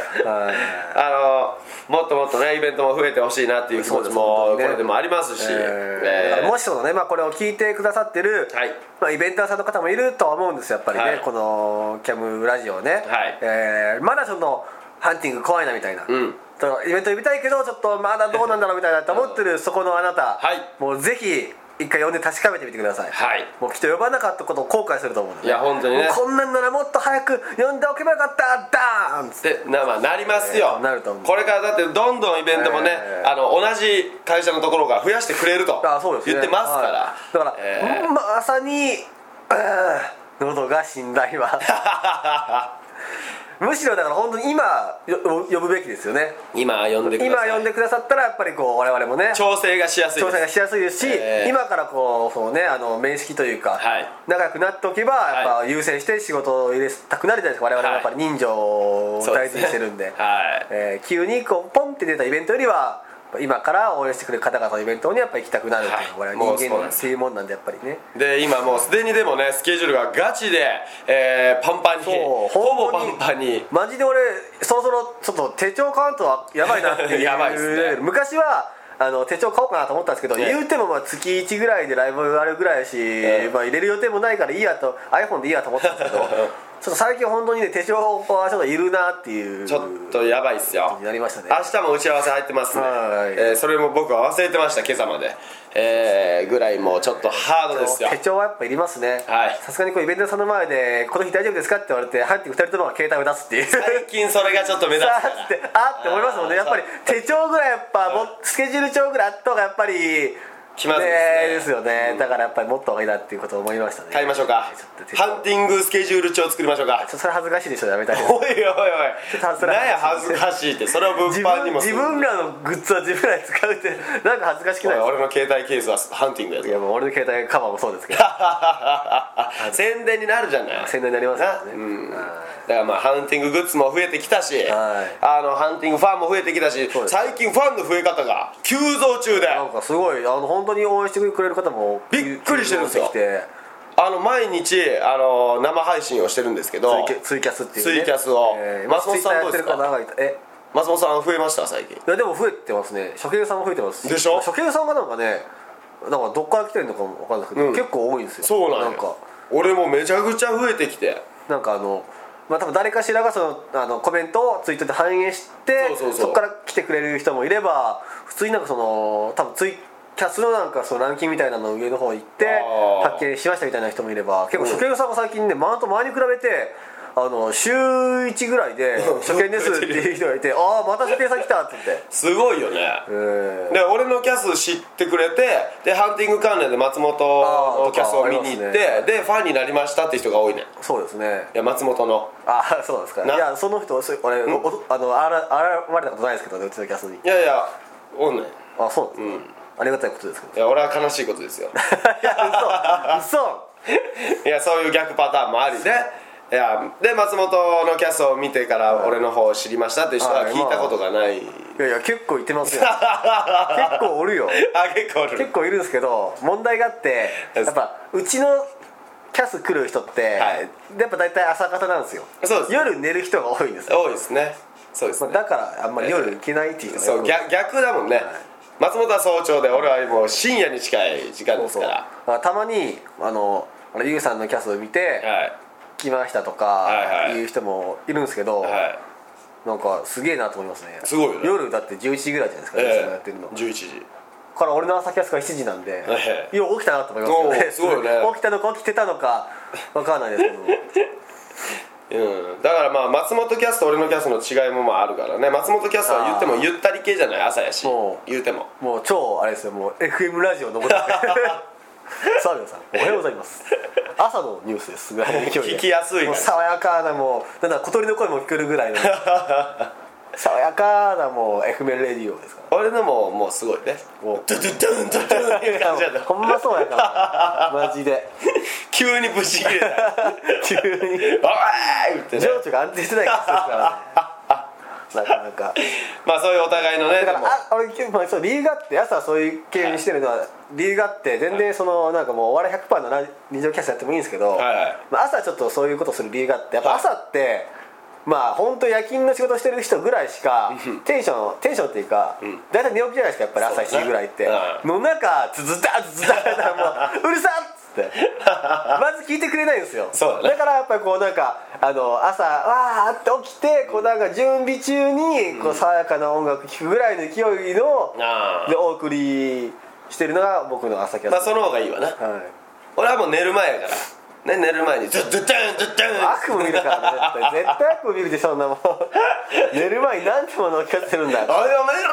[SPEAKER 2] あのもっともっとねイベントも増えてほしいなっていう気持ちもこ
[SPEAKER 3] そうです本当にね
[SPEAKER 2] れでもありますし、
[SPEAKER 3] えー
[SPEAKER 2] えー
[SPEAKER 3] だからもしそのね、まあ、これを聞いてくださってる、
[SPEAKER 2] はい
[SPEAKER 3] まあ、イベンターさんの方もいるとは思うんですよやっぱりね、
[SPEAKER 2] はい
[SPEAKER 3] このキャムラジオね、
[SPEAKER 2] はい
[SPEAKER 3] えーまだそのハンティング怖いなみたいな、
[SPEAKER 2] ん
[SPEAKER 3] そのイベント呼びたいけどちょっとまだどうなんだろうみたいなと思ってるそこのあなた、
[SPEAKER 2] はい
[SPEAKER 3] もうぜひ一回呼んで確かめてみてください、
[SPEAKER 2] はい
[SPEAKER 3] もうきっと呼ばなかったことを後悔すると思うんで、
[SPEAKER 2] いや本当にね
[SPEAKER 3] もうこんなんならもっと早く呼んでおけばよかったダーンっつって
[SPEAKER 2] でな,、まあ、なりますよ、
[SPEAKER 3] えーなると思う
[SPEAKER 2] これからだってどんどんイベントもね、
[SPEAKER 3] えー
[SPEAKER 2] あの同じ会社のところが増やしてくれると
[SPEAKER 3] あそうですね
[SPEAKER 2] 言ってますから、
[SPEAKER 3] はいだから、
[SPEAKER 2] えー
[SPEAKER 3] まさにうん喉が死んだ今
[SPEAKER 2] *laughs*
[SPEAKER 3] むしろだから本当に今よ呼ぶべきですよね
[SPEAKER 2] 今呼んでくだ
[SPEAKER 3] 今
[SPEAKER 2] さい
[SPEAKER 3] 呼んでくださったらやっぱりこう我々もね
[SPEAKER 2] 調整がしやすい
[SPEAKER 3] 調
[SPEAKER 2] です
[SPEAKER 3] 査がしやすいですし、
[SPEAKER 2] えー
[SPEAKER 3] 今からこうそう、ね、あの面識というか、
[SPEAKER 2] はい
[SPEAKER 3] 仲良くなっておけばやっぱ優先して仕事を入れたくなるじゃないですか我々はやっぱり人情を
[SPEAKER 2] そうで
[SPEAKER 3] 大
[SPEAKER 2] す
[SPEAKER 3] 事
[SPEAKER 2] ね
[SPEAKER 3] にしてるんで
[SPEAKER 2] はい
[SPEAKER 3] えー急にこうポンって出たイベントよりは今から応援してくれる方々のイベントにやっぱり行きたくなるというのが
[SPEAKER 2] はい
[SPEAKER 3] 我々
[SPEAKER 2] もう
[SPEAKER 3] 人
[SPEAKER 2] そうなん
[SPEAKER 3] 間
[SPEAKER 2] で
[SPEAKER 3] っ
[SPEAKER 2] す
[SPEAKER 3] ていうもんなんでやっぱりね
[SPEAKER 2] で今もうすでにでもねスケジュールがガチで、えーパンパンにほぼパンパンに
[SPEAKER 3] マジで俺そろそろちょっと手帳買わんとはやばいなってい
[SPEAKER 2] *laughs*
[SPEAKER 3] う
[SPEAKER 2] やばいっすね
[SPEAKER 3] 昔はあの手帳買おうかなと思ったんですけど、
[SPEAKER 2] ね
[SPEAKER 3] 言うてもまあ月1ぐらいでライブがあるぐらいやし、まあ、入れる予定もないからいいやと iPhone でいいやと思ったん
[SPEAKER 2] *laughs*
[SPEAKER 3] ですけどちょっと最近本当にね手帳はちょっといるなっていう
[SPEAKER 2] ちょっとやばいっすよ
[SPEAKER 3] になりましたね
[SPEAKER 2] 明日も打ち合わせ入ってますね、
[SPEAKER 3] はい
[SPEAKER 2] えーそれも僕は忘れてました今朝まで、えーぐらいもうちょっとハードですよ
[SPEAKER 3] 手帳はやっぱいりますね
[SPEAKER 2] はい
[SPEAKER 3] さすがにこうイベントさんの前で「この日大丈夫ですか?」って言われて入って2人ともが携帯を出すっていうさ
[SPEAKER 2] 最近それがちょっと目立つか
[SPEAKER 3] あ
[SPEAKER 2] ら
[SPEAKER 3] っつってあって思いますもんねやっぱり手帳ぐらいやっぱもスケジュール帳ぐらいあった方がやっぱり
[SPEAKER 2] 気まずいですね
[SPEAKER 3] ねですよねだからやっぱり持った方がいいなっていうことを思いましたね
[SPEAKER 2] 買いましょうか
[SPEAKER 3] ちょっと手帳
[SPEAKER 2] ハンティングスケジュール帳作りましょうか *laughs*
[SPEAKER 3] ちょっとそれ恥ずかしいでしょやめたいです
[SPEAKER 2] おいおいおい
[SPEAKER 3] ょっとそれ
[SPEAKER 2] 何や恥ずかしいってそれを物
[SPEAKER 3] 自
[SPEAKER 2] 販に
[SPEAKER 3] 分
[SPEAKER 2] もす
[SPEAKER 3] 自
[SPEAKER 2] る
[SPEAKER 3] 分らのグッズは自分らで使うってなんか恥ずかしく
[SPEAKER 2] お
[SPEAKER 3] ないいです
[SPEAKER 2] 俺の携帯ケースはハンティングや
[SPEAKER 3] *laughs* かい
[SPEAKER 2] ぞ *laughs*
[SPEAKER 3] やもう俺の携帯カバーもそうですけど
[SPEAKER 2] 宣伝になるじゃない
[SPEAKER 3] 宣伝になりますからね
[SPEAKER 2] なうん
[SPEAKER 3] は
[SPEAKER 2] だからまあハンティンググッズも増えてきたし、
[SPEAKER 3] はい
[SPEAKER 2] あのハンティングファンも増えてきたし
[SPEAKER 3] そうです
[SPEAKER 2] 最近ファンの増え方が急増中で
[SPEAKER 3] なんかすごいあの本当に応援してくれる方も
[SPEAKER 2] びっくりしてるんですよ
[SPEAKER 3] 急に来て
[SPEAKER 2] あの毎日あの生配信をしてるんですけど
[SPEAKER 3] ツイキャツイキャスっていうね
[SPEAKER 2] ツイキャスを
[SPEAKER 3] えー
[SPEAKER 2] 松本さんどうで
[SPEAKER 3] ツイ
[SPEAKER 2] す
[SPEAKER 3] ッター
[SPEAKER 2] か
[SPEAKER 3] やってる方がいたえ
[SPEAKER 2] 松本さん増えました最近
[SPEAKER 3] いやでも増えてますね処刑さんも増えてます
[SPEAKER 2] でしょ
[SPEAKER 3] 処刑さんがなんかねなんかどっから来てるのかも分かんないですけど、
[SPEAKER 2] うん
[SPEAKER 3] 結構多いんですよ
[SPEAKER 2] そうなんよ
[SPEAKER 3] なんか
[SPEAKER 2] 俺もめちゃくちゃ増えてきて
[SPEAKER 3] なんかあのまあ多分誰かしらがそのあのコメントをツイートで反映して
[SPEAKER 2] そうそうそう
[SPEAKER 3] こから来てくれる人もいれば普通になんかその多分ツイキャスのなんかそのランキングみたいなの上の方行って
[SPEAKER 2] あー
[SPEAKER 3] 発見しましたみたいな人もいれば結構初見さんが最近ね前と前に比べてあの週1ぐらいで初見ですっていう人がいて「ああまた初見さん来た」って言って。
[SPEAKER 2] すごいよね
[SPEAKER 3] えー
[SPEAKER 2] で俺のキャス知ってくれてでハンティング関連で松本のキャスを見に行
[SPEAKER 3] あー
[SPEAKER 2] っ
[SPEAKER 3] とかあ
[SPEAKER 2] て
[SPEAKER 3] ります
[SPEAKER 2] でファンになりましたって人が多いね
[SPEAKER 3] そうですね
[SPEAKER 2] いや松本の
[SPEAKER 3] ああそうなんですか
[SPEAKER 2] ない
[SPEAKER 3] やその人そ俺おおあのあら現れたことないですけどねうちのキャスに
[SPEAKER 2] いやいやおんねん
[SPEAKER 3] あそうなんですか、ありがたいことですけど
[SPEAKER 2] いや俺は悲しいことですよ
[SPEAKER 3] いや嘘
[SPEAKER 2] い
[SPEAKER 3] 嘘
[SPEAKER 2] やそういう逆パターンもありでいやで松本のキャスを見てから俺の方を知りましたっていう人は聞いたことがない、
[SPEAKER 3] いやいや結構いてますよ結構おるよ
[SPEAKER 2] あ結構おる
[SPEAKER 3] 結構いるんですけど問題があってやっぱうちのキャス来る人って、
[SPEAKER 2] はい
[SPEAKER 3] やっぱ大体朝方なんですよ
[SPEAKER 2] そうです
[SPEAKER 3] 夜寝る人が多いんですよ、
[SPEAKER 2] 多いですねそうです
[SPEAKER 3] まあ、
[SPEAKER 2] ね
[SPEAKER 3] だからあんまり夜行けないっていう人が
[SPEAKER 2] そう
[SPEAKER 3] 多い
[SPEAKER 2] 逆逆だもんね、松本は早朝で俺はもう深夜に近い時間
[SPEAKER 3] そ
[SPEAKER 2] で
[SPEAKER 3] う
[SPEAKER 2] す
[SPEAKER 3] そう
[SPEAKER 2] か
[SPEAKER 3] だ
[SPEAKER 2] ら
[SPEAKER 3] からたまにあのあれゆうさんのキャスを見て、
[SPEAKER 2] はい
[SPEAKER 3] 来ましたと
[SPEAKER 2] は
[SPEAKER 3] か
[SPEAKER 2] いはい
[SPEAKER 3] いう人もいるんですけど、
[SPEAKER 2] はい
[SPEAKER 3] なんかすげえなと思いますね
[SPEAKER 2] すごいよね
[SPEAKER 3] 夜だって11時ぐらいじゃないですか、
[SPEAKER 2] え
[SPEAKER 3] ね
[SPEAKER 2] え
[SPEAKER 3] やってるの
[SPEAKER 2] 11時
[SPEAKER 3] から俺の朝キャスが7時なんで、
[SPEAKER 2] ええ
[SPEAKER 3] よう起きたなと思いますよ
[SPEAKER 2] お
[SPEAKER 3] ね
[SPEAKER 2] うすごいよね
[SPEAKER 3] 起きたのか起きてたのかわかんないです
[SPEAKER 2] *laughs*
[SPEAKER 3] けど
[SPEAKER 2] うん、だからまあ松本キャスと俺のキャスの違いもまああるからね松本キャスは言ってもゆったり系じゃない朝やし
[SPEAKER 3] もう
[SPEAKER 2] 言うても
[SPEAKER 3] もう超あれですよもう FM ラジオ
[SPEAKER 2] *laughs*
[SPEAKER 3] のことでさあ皆さんおはようございます朝のニュースですぐらいの勢いで
[SPEAKER 2] 聞きやすい
[SPEAKER 3] もう爽やかなもうなんだ小鳥の声も聞こえる
[SPEAKER 2] *laughs*
[SPEAKER 3] ぐらいの爽やかなもう FM レディオですから
[SPEAKER 2] 俺のももうすごいね
[SPEAKER 3] お
[SPEAKER 2] *laughs* ドゥドゥドゥンドゥドゥンっていう感じだった
[SPEAKER 3] ほんまそうや
[SPEAKER 2] *laughs*
[SPEAKER 3] からマジで
[SPEAKER 2] 急にブチ切れた
[SPEAKER 3] *laughs* 急
[SPEAKER 2] *laughs*
[SPEAKER 3] に
[SPEAKER 2] 「おい!」言ってね
[SPEAKER 3] 情緒が安定してないから
[SPEAKER 2] *laughs*
[SPEAKER 3] ねなかなか
[SPEAKER 2] まあそういうお互いのねで
[SPEAKER 3] だから
[SPEAKER 2] も
[SPEAKER 3] あ俺結構まあそう理由があって朝そういう系にしてるのは理由があって全然そのなんかもうお笑い100%のラジ日常キャスやってもいいんですけど、
[SPEAKER 2] はいはい
[SPEAKER 3] まあ、朝ちょっとそういうことする理由があってやっぱ
[SPEAKER 2] はい
[SPEAKER 3] 朝って、まあ本当夜勤の仕事してる人ぐらいしかテンションテンションっていうか大体、寝起きじゃないですかやっぱり朝
[SPEAKER 2] そうだ
[SPEAKER 3] 7
[SPEAKER 2] ね
[SPEAKER 3] 時ぐらいって、
[SPEAKER 2] う
[SPEAKER 3] の中ズズダズズダもううるさっ
[SPEAKER 2] *laughs*
[SPEAKER 3] つってまず聞いてくれないんですよ
[SPEAKER 2] そうだね
[SPEAKER 3] からやっぱりこうなんかあの朝わーって起きてこうなんか準備中にこう爽やかな音楽聴くぐらいの勢いの
[SPEAKER 2] あー
[SPEAKER 3] でお送りしてるのが僕の朝キャス、
[SPEAKER 2] まあその方がいいわな
[SPEAKER 3] はい、
[SPEAKER 2] 俺はもう寝る前やからね寝る前に「ドゥドゥドゥンドゥドゥン」
[SPEAKER 3] 悪夢見るからね絶対絶対悪夢見るでそんなもん
[SPEAKER 2] *laughs*
[SPEAKER 3] 寝る前に何てものを聞かせてるんだ
[SPEAKER 2] おいお前ら!」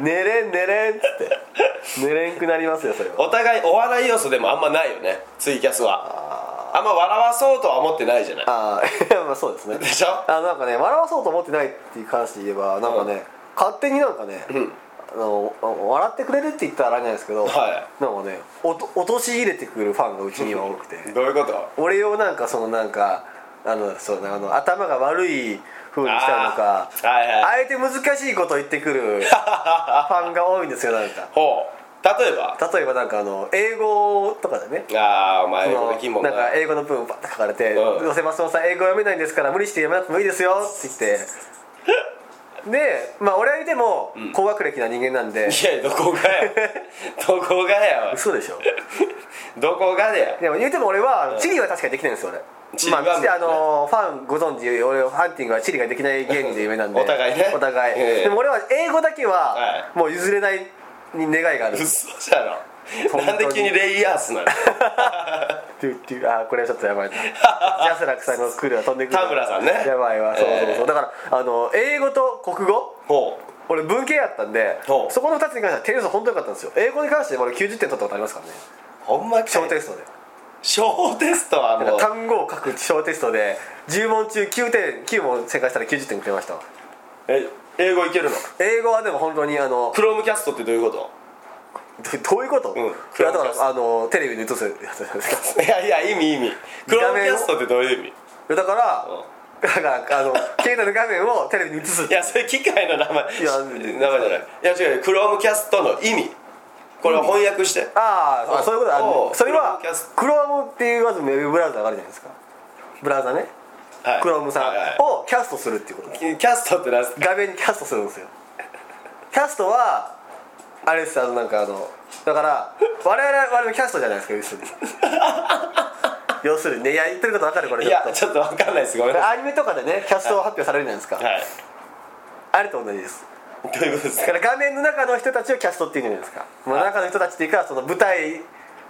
[SPEAKER 3] 寝れん寝れんっつって寝れんくなりますよそれは
[SPEAKER 2] お互いお笑い要素でもあんまないよねツイキャスはあんま笑わそうとは思ってないじゃない
[SPEAKER 3] ああい *laughs* やまあそうですね
[SPEAKER 2] でしょ
[SPEAKER 3] あなんかね笑わそうと思ってないっていう話で言えばなんかね、
[SPEAKER 2] うん
[SPEAKER 3] 勝手になんかね、
[SPEAKER 2] ん
[SPEAKER 3] あのあ笑ってくれるって言ったらあれじゃないですけど、
[SPEAKER 2] は
[SPEAKER 3] なんかねおと陥れてくるファンがうちには多くて
[SPEAKER 2] どういうこと
[SPEAKER 3] 俺をなんかそのなんかあのそうねあの頭が悪い風にしたりと
[SPEAKER 2] あ
[SPEAKER 3] か
[SPEAKER 2] ーはいはい
[SPEAKER 3] あえて難しいこと言ってくるファンが多いんですよなんか
[SPEAKER 2] ほう例えば
[SPEAKER 3] 例えばなんかあの英語とかでね
[SPEAKER 2] ああお
[SPEAKER 3] そ
[SPEAKER 2] 前英語
[SPEAKER 3] の
[SPEAKER 2] できんもん
[SPEAKER 3] な
[SPEAKER 2] なん
[SPEAKER 3] か英語の文をバッて書かれて「
[SPEAKER 2] うん
[SPEAKER 3] どうせ松本さん英語読めないんですから無理して読めなくてもいいですよ」って
[SPEAKER 2] *laughs*
[SPEAKER 3] 言ってでまあ俺は見ても高学歴な人間なんで、
[SPEAKER 2] いやどこが
[SPEAKER 3] *laughs*
[SPEAKER 2] やどこがやおい
[SPEAKER 3] 嘘でしょ
[SPEAKER 2] どこがでや
[SPEAKER 3] でも言うても俺はチリは確かにできないんですよ俺
[SPEAKER 2] チリは
[SPEAKER 3] まあ、チリ
[SPEAKER 2] もう
[SPEAKER 3] あのファンご存知俺ハンティングはチリができない芸人で有名なんで
[SPEAKER 2] お互いね
[SPEAKER 3] お互い、
[SPEAKER 2] ええ
[SPEAKER 3] でも俺は英語だけ
[SPEAKER 2] は
[SPEAKER 3] はもう譲れないに願いがある
[SPEAKER 2] 嘘じゃろ
[SPEAKER 3] 本当
[SPEAKER 2] な
[SPEAKER 3] に
[SPEAKER 2] んで急にレイヤースなの
[SPEAKER 3] トゥットゥあーこれはちょっとやば
[SPEAKER 2] *laughs*
[SPEAKER 3] いなジャスラックさんのクールは飛んでくる
[SPEAKER 2] 田村さんね
[SPEAKER 3] やばいわそうそう
[SPEAKER 2] え
[SPEAKER 3] そうだからあの英語と国語
[SPEAKER 2] ほ
[SPEAKER 3] 俺文系やったんで
[SPEAKER 2] ほう
[SPEAKER 3] そこの2つに関しては点数本当良かったんですよ英語に関して俺90点取ったことありますからね
[SPEAKER 2] うほんまかい
[SPEAKER 3] 小テストで
[SPEAKER 2] 小テストは
[SPEAKER 3] なん
[SPEAKER 2] もう
[SPEAKER 3] か単語を書く小テストで10問中9点9問正解したら90点くれましたわ
[SPEAKER 2] え英語いけるの
[SPEAKER 3] 英語はでも本当にあの *laughs*
[SPEAKER 2] クロームキャストってどういうこ
[SPEAKER 3] どどういうこと、
[SPEAKER 2] ん
[SPEAKER 3] いやだからあのテレビに映すやつじゃないですか
[SPEAKER 2] といやいや意味意味クロームキャストってどういう意味
[SPEAKER 3] いやだから、
[SPEAKER 2] うん
[SPEAKER 3] だからあの携帯の画面をテレビに映す
[SPEAKER 2] いやそれ機械の名前
[SPEAKER 3] いや
[SPEAKER 2] 名前じゃないいや違うクロームキャストの意味これを翻訳して
[SPEAKER 3] ああそういうことだ
[SPEAKER 2] おう
[SPEAKER 3] それ
[SPEAKER 2] クロー
[SPEAKER 3] は
[SPEAKER 2] ムキャス
[SPEAKER 3] クロームっていうまずウェブブラウザがあるじゃないですかブラウザね
[SPEAKER 2] はい
[SPEAKER 3] クロームさ
[SPEAKER 2] はいはい
[SPEAKER 3] んをキャストするっていうことです
[SPEAKER 2] キャストってなんすか
[SPEAKER 3] 画面にキャストするんですよキャストはあれですあのなんかあのだから我々我々のキャストじゃないですか要する
[SPEAKER 2] *laughs*
[SPEAKER 3] に要するにねいや言ってること分かるこれ
[SPEAKER 2] い
[SPEAKER 3] ちょ
[SPEAKER 2] や
[SPEAKER 3] っと
[SPEAKER 2] ちょっとわかんないですごめんなさ
[SPEAKER 3] アニメとかでねキャストを発表されるじゃないですか、
[SPEAKER 2] いはい
[SPEAKER 3] あれと同じです
[SPEAKER 2] どういうことです
[SPEAKER 3] だ
[SPEAKER 2] か
[SPEAKER 3] から画面の中の人たちをキャストっていうんじゃないですか、まあ、中の人たちっていうかその舞台に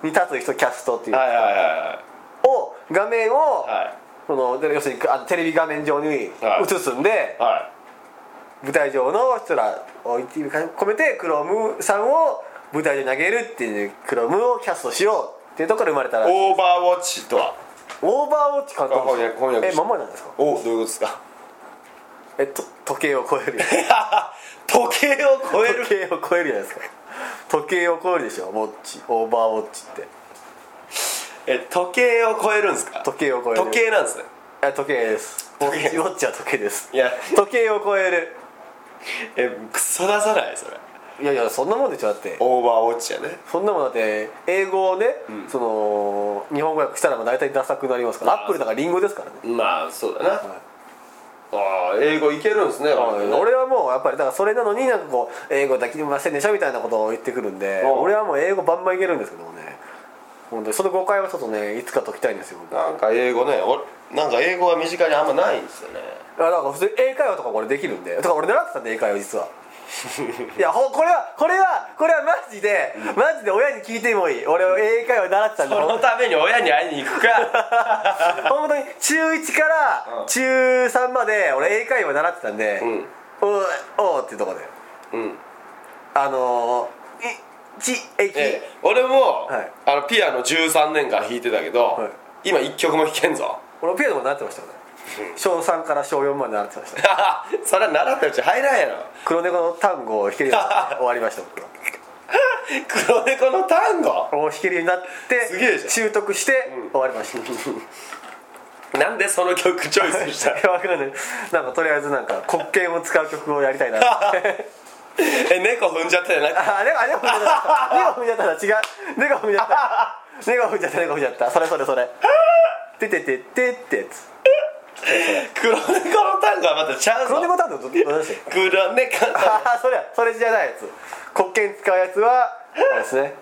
[SPEAKER 3] 立つ人をキャストっていう、
[SPEAKER 2] はいはいは
[SPEAKER 3] を画面を、
[SPEAKER 2] いはい
[SPEAKER 3] そので要するにあのテレビ画面上に映
[SPEAKER 2] はい
[SPEAKER 3] すんで、
[SPEAKER 2] は
[SPEAKER 3] 舞台上の人らを一部込めてクロームさんを舞台上に投げるっていうクロームをキャストしようっていうところで生まれたら
[SPEAKER 2] い
[SPEAKER 3] オー
[SPEAKER 2] オーバーウォッチとは
[SPEAKER 3] バーウォッチ監督
[SPEAKER 2] 翻訳翻訳
[SPEAKER 3] え
[SPEAKER 2] して
[SPEAKER 3] まんまじゃないですか
[SPEAKER 2] おどういうことですか
[SPEAKER 3] えと時計を超える
[SPEAKER 2] *laughs* 時計を超える
[SPEAKER 3] 時計を超えるじゃないですか時計を超えるでしょウォッチオーバーウォッチって
[SPEAKER 2] え時計を超えるんですか
[SPEAKER 3] 時計を超える
[SPEAKER 2] 時計なんですね
[SPEAKER 3] え時計ですウォ
[SPEAKER 2] 時
[SPEAKER 3] ッチ
[SPEAKER 2] 計
[SPEAKER 3] ウォッチは時計です
[SPEAKER 2] いや
[SPEAKER 3] 時計を超える
[SPEAKER 2] えクソ出さないそれ
[SPEAKER 3] いやいやそんなもんでしょだって
[SPEAKER 2] オーバーウォッチやね
[SPEAKER 3] そんなもんだって英語をね、その日本語訳したらまあ大体ダサくなりますから
[SPEAKER 2] まあ
[SPEAKER 3] アップルだからリンゴですからね
[SPEAKER 2] まあそうだな、ああ英語いけるんですね割とね
[SPEAKER 3] 俺はもうやっぱりだからそれなのになんかこう英語できませんでしょみたいなことを言ってくるんで
[SPEAKER 2] うん
[SPEAKER 3] 俺はもう英語バンバンいけるんですけどもね本当にその誤解はちょっとねいつか解きたいんですよ僕
[SPEAKER 2] なんか英語ねおなんか英語は身近にあんまないんですよね
[SPEAKER 3] いやだから普通に英会話とかこれできるんでだから俺習ってたんで英会話
[SPEAKER 2] *laughs*
[SPEAKER 3] 実はいやほこれはこれはこれはマジで、マジで親に聞いてもいい俺は英会話習ってたんで
[SPEAKER 2] そのために親に会いに行くか
[SPEAKER 3] *laughs* 本当に中1から中3まで俺英会話習ってたんで
[SPEAKER 2] うん
[SPEAKER 3] 「おーおー」っていうとこで
[SPEAKER 2] うん
[SPEAKER 3] あのー「いちえき」
[SPEAKER 2] *laughs* え俺も、
[SPEAKER 3] はい
[SPEAKER 2] あのピアノ13年間弾いてたけど、
[SPEAKER 3] は
[SPEAKER 2] 今1曲も弾けんぞ
[SPEAKER 3] 俺ピアノも習ってましたよね小3から小4まで習ってました
[SPEAKER 2] *laughs* それは習ったうち入らんやろ
[SPEAKER 3] 黒猫の単語を弾けるようにな
[SPEAKER 2] *laughs*
[SPEAKER 3] って終わりました僕は
[SPEAKER 2] 黒猫の単語
[SPEAKER 3] を弾けるようになっ
[SPEAKER 2] すげえじゃ
[SPEAKER 3] て
[SPEAKER 2] ん
[SPEAKER 3] 習得して終わり
[SPEAKER 2] *laughs*
[SPEAKER 3] ました
[SPEAKER 2] なんでその曲チョイスした
[SPEAKER 3] わかんないなんかとりあえずなんか黒鍵を使う曲をやりたいな
[SPEAKER 2] *laughs* え猫踏んじゃったじゃなくて
[SPEAKER 3] あ猫あ猫踏んじゃった猫踏んじゃったな違う猫踏んじゃった猫踏んじゃった猫踏んじゃったそれそれそれててててってやつ
[SPEAKER 2] 黒猫の単語はまたちゃうぞ
[SPEAKER 3] 黒猫担当どどうでした
[SPEAKER 2] 黒猫の単
[SPEAKER 3] ああそれそれじゃないやつ黒鍵使うやつはあれですね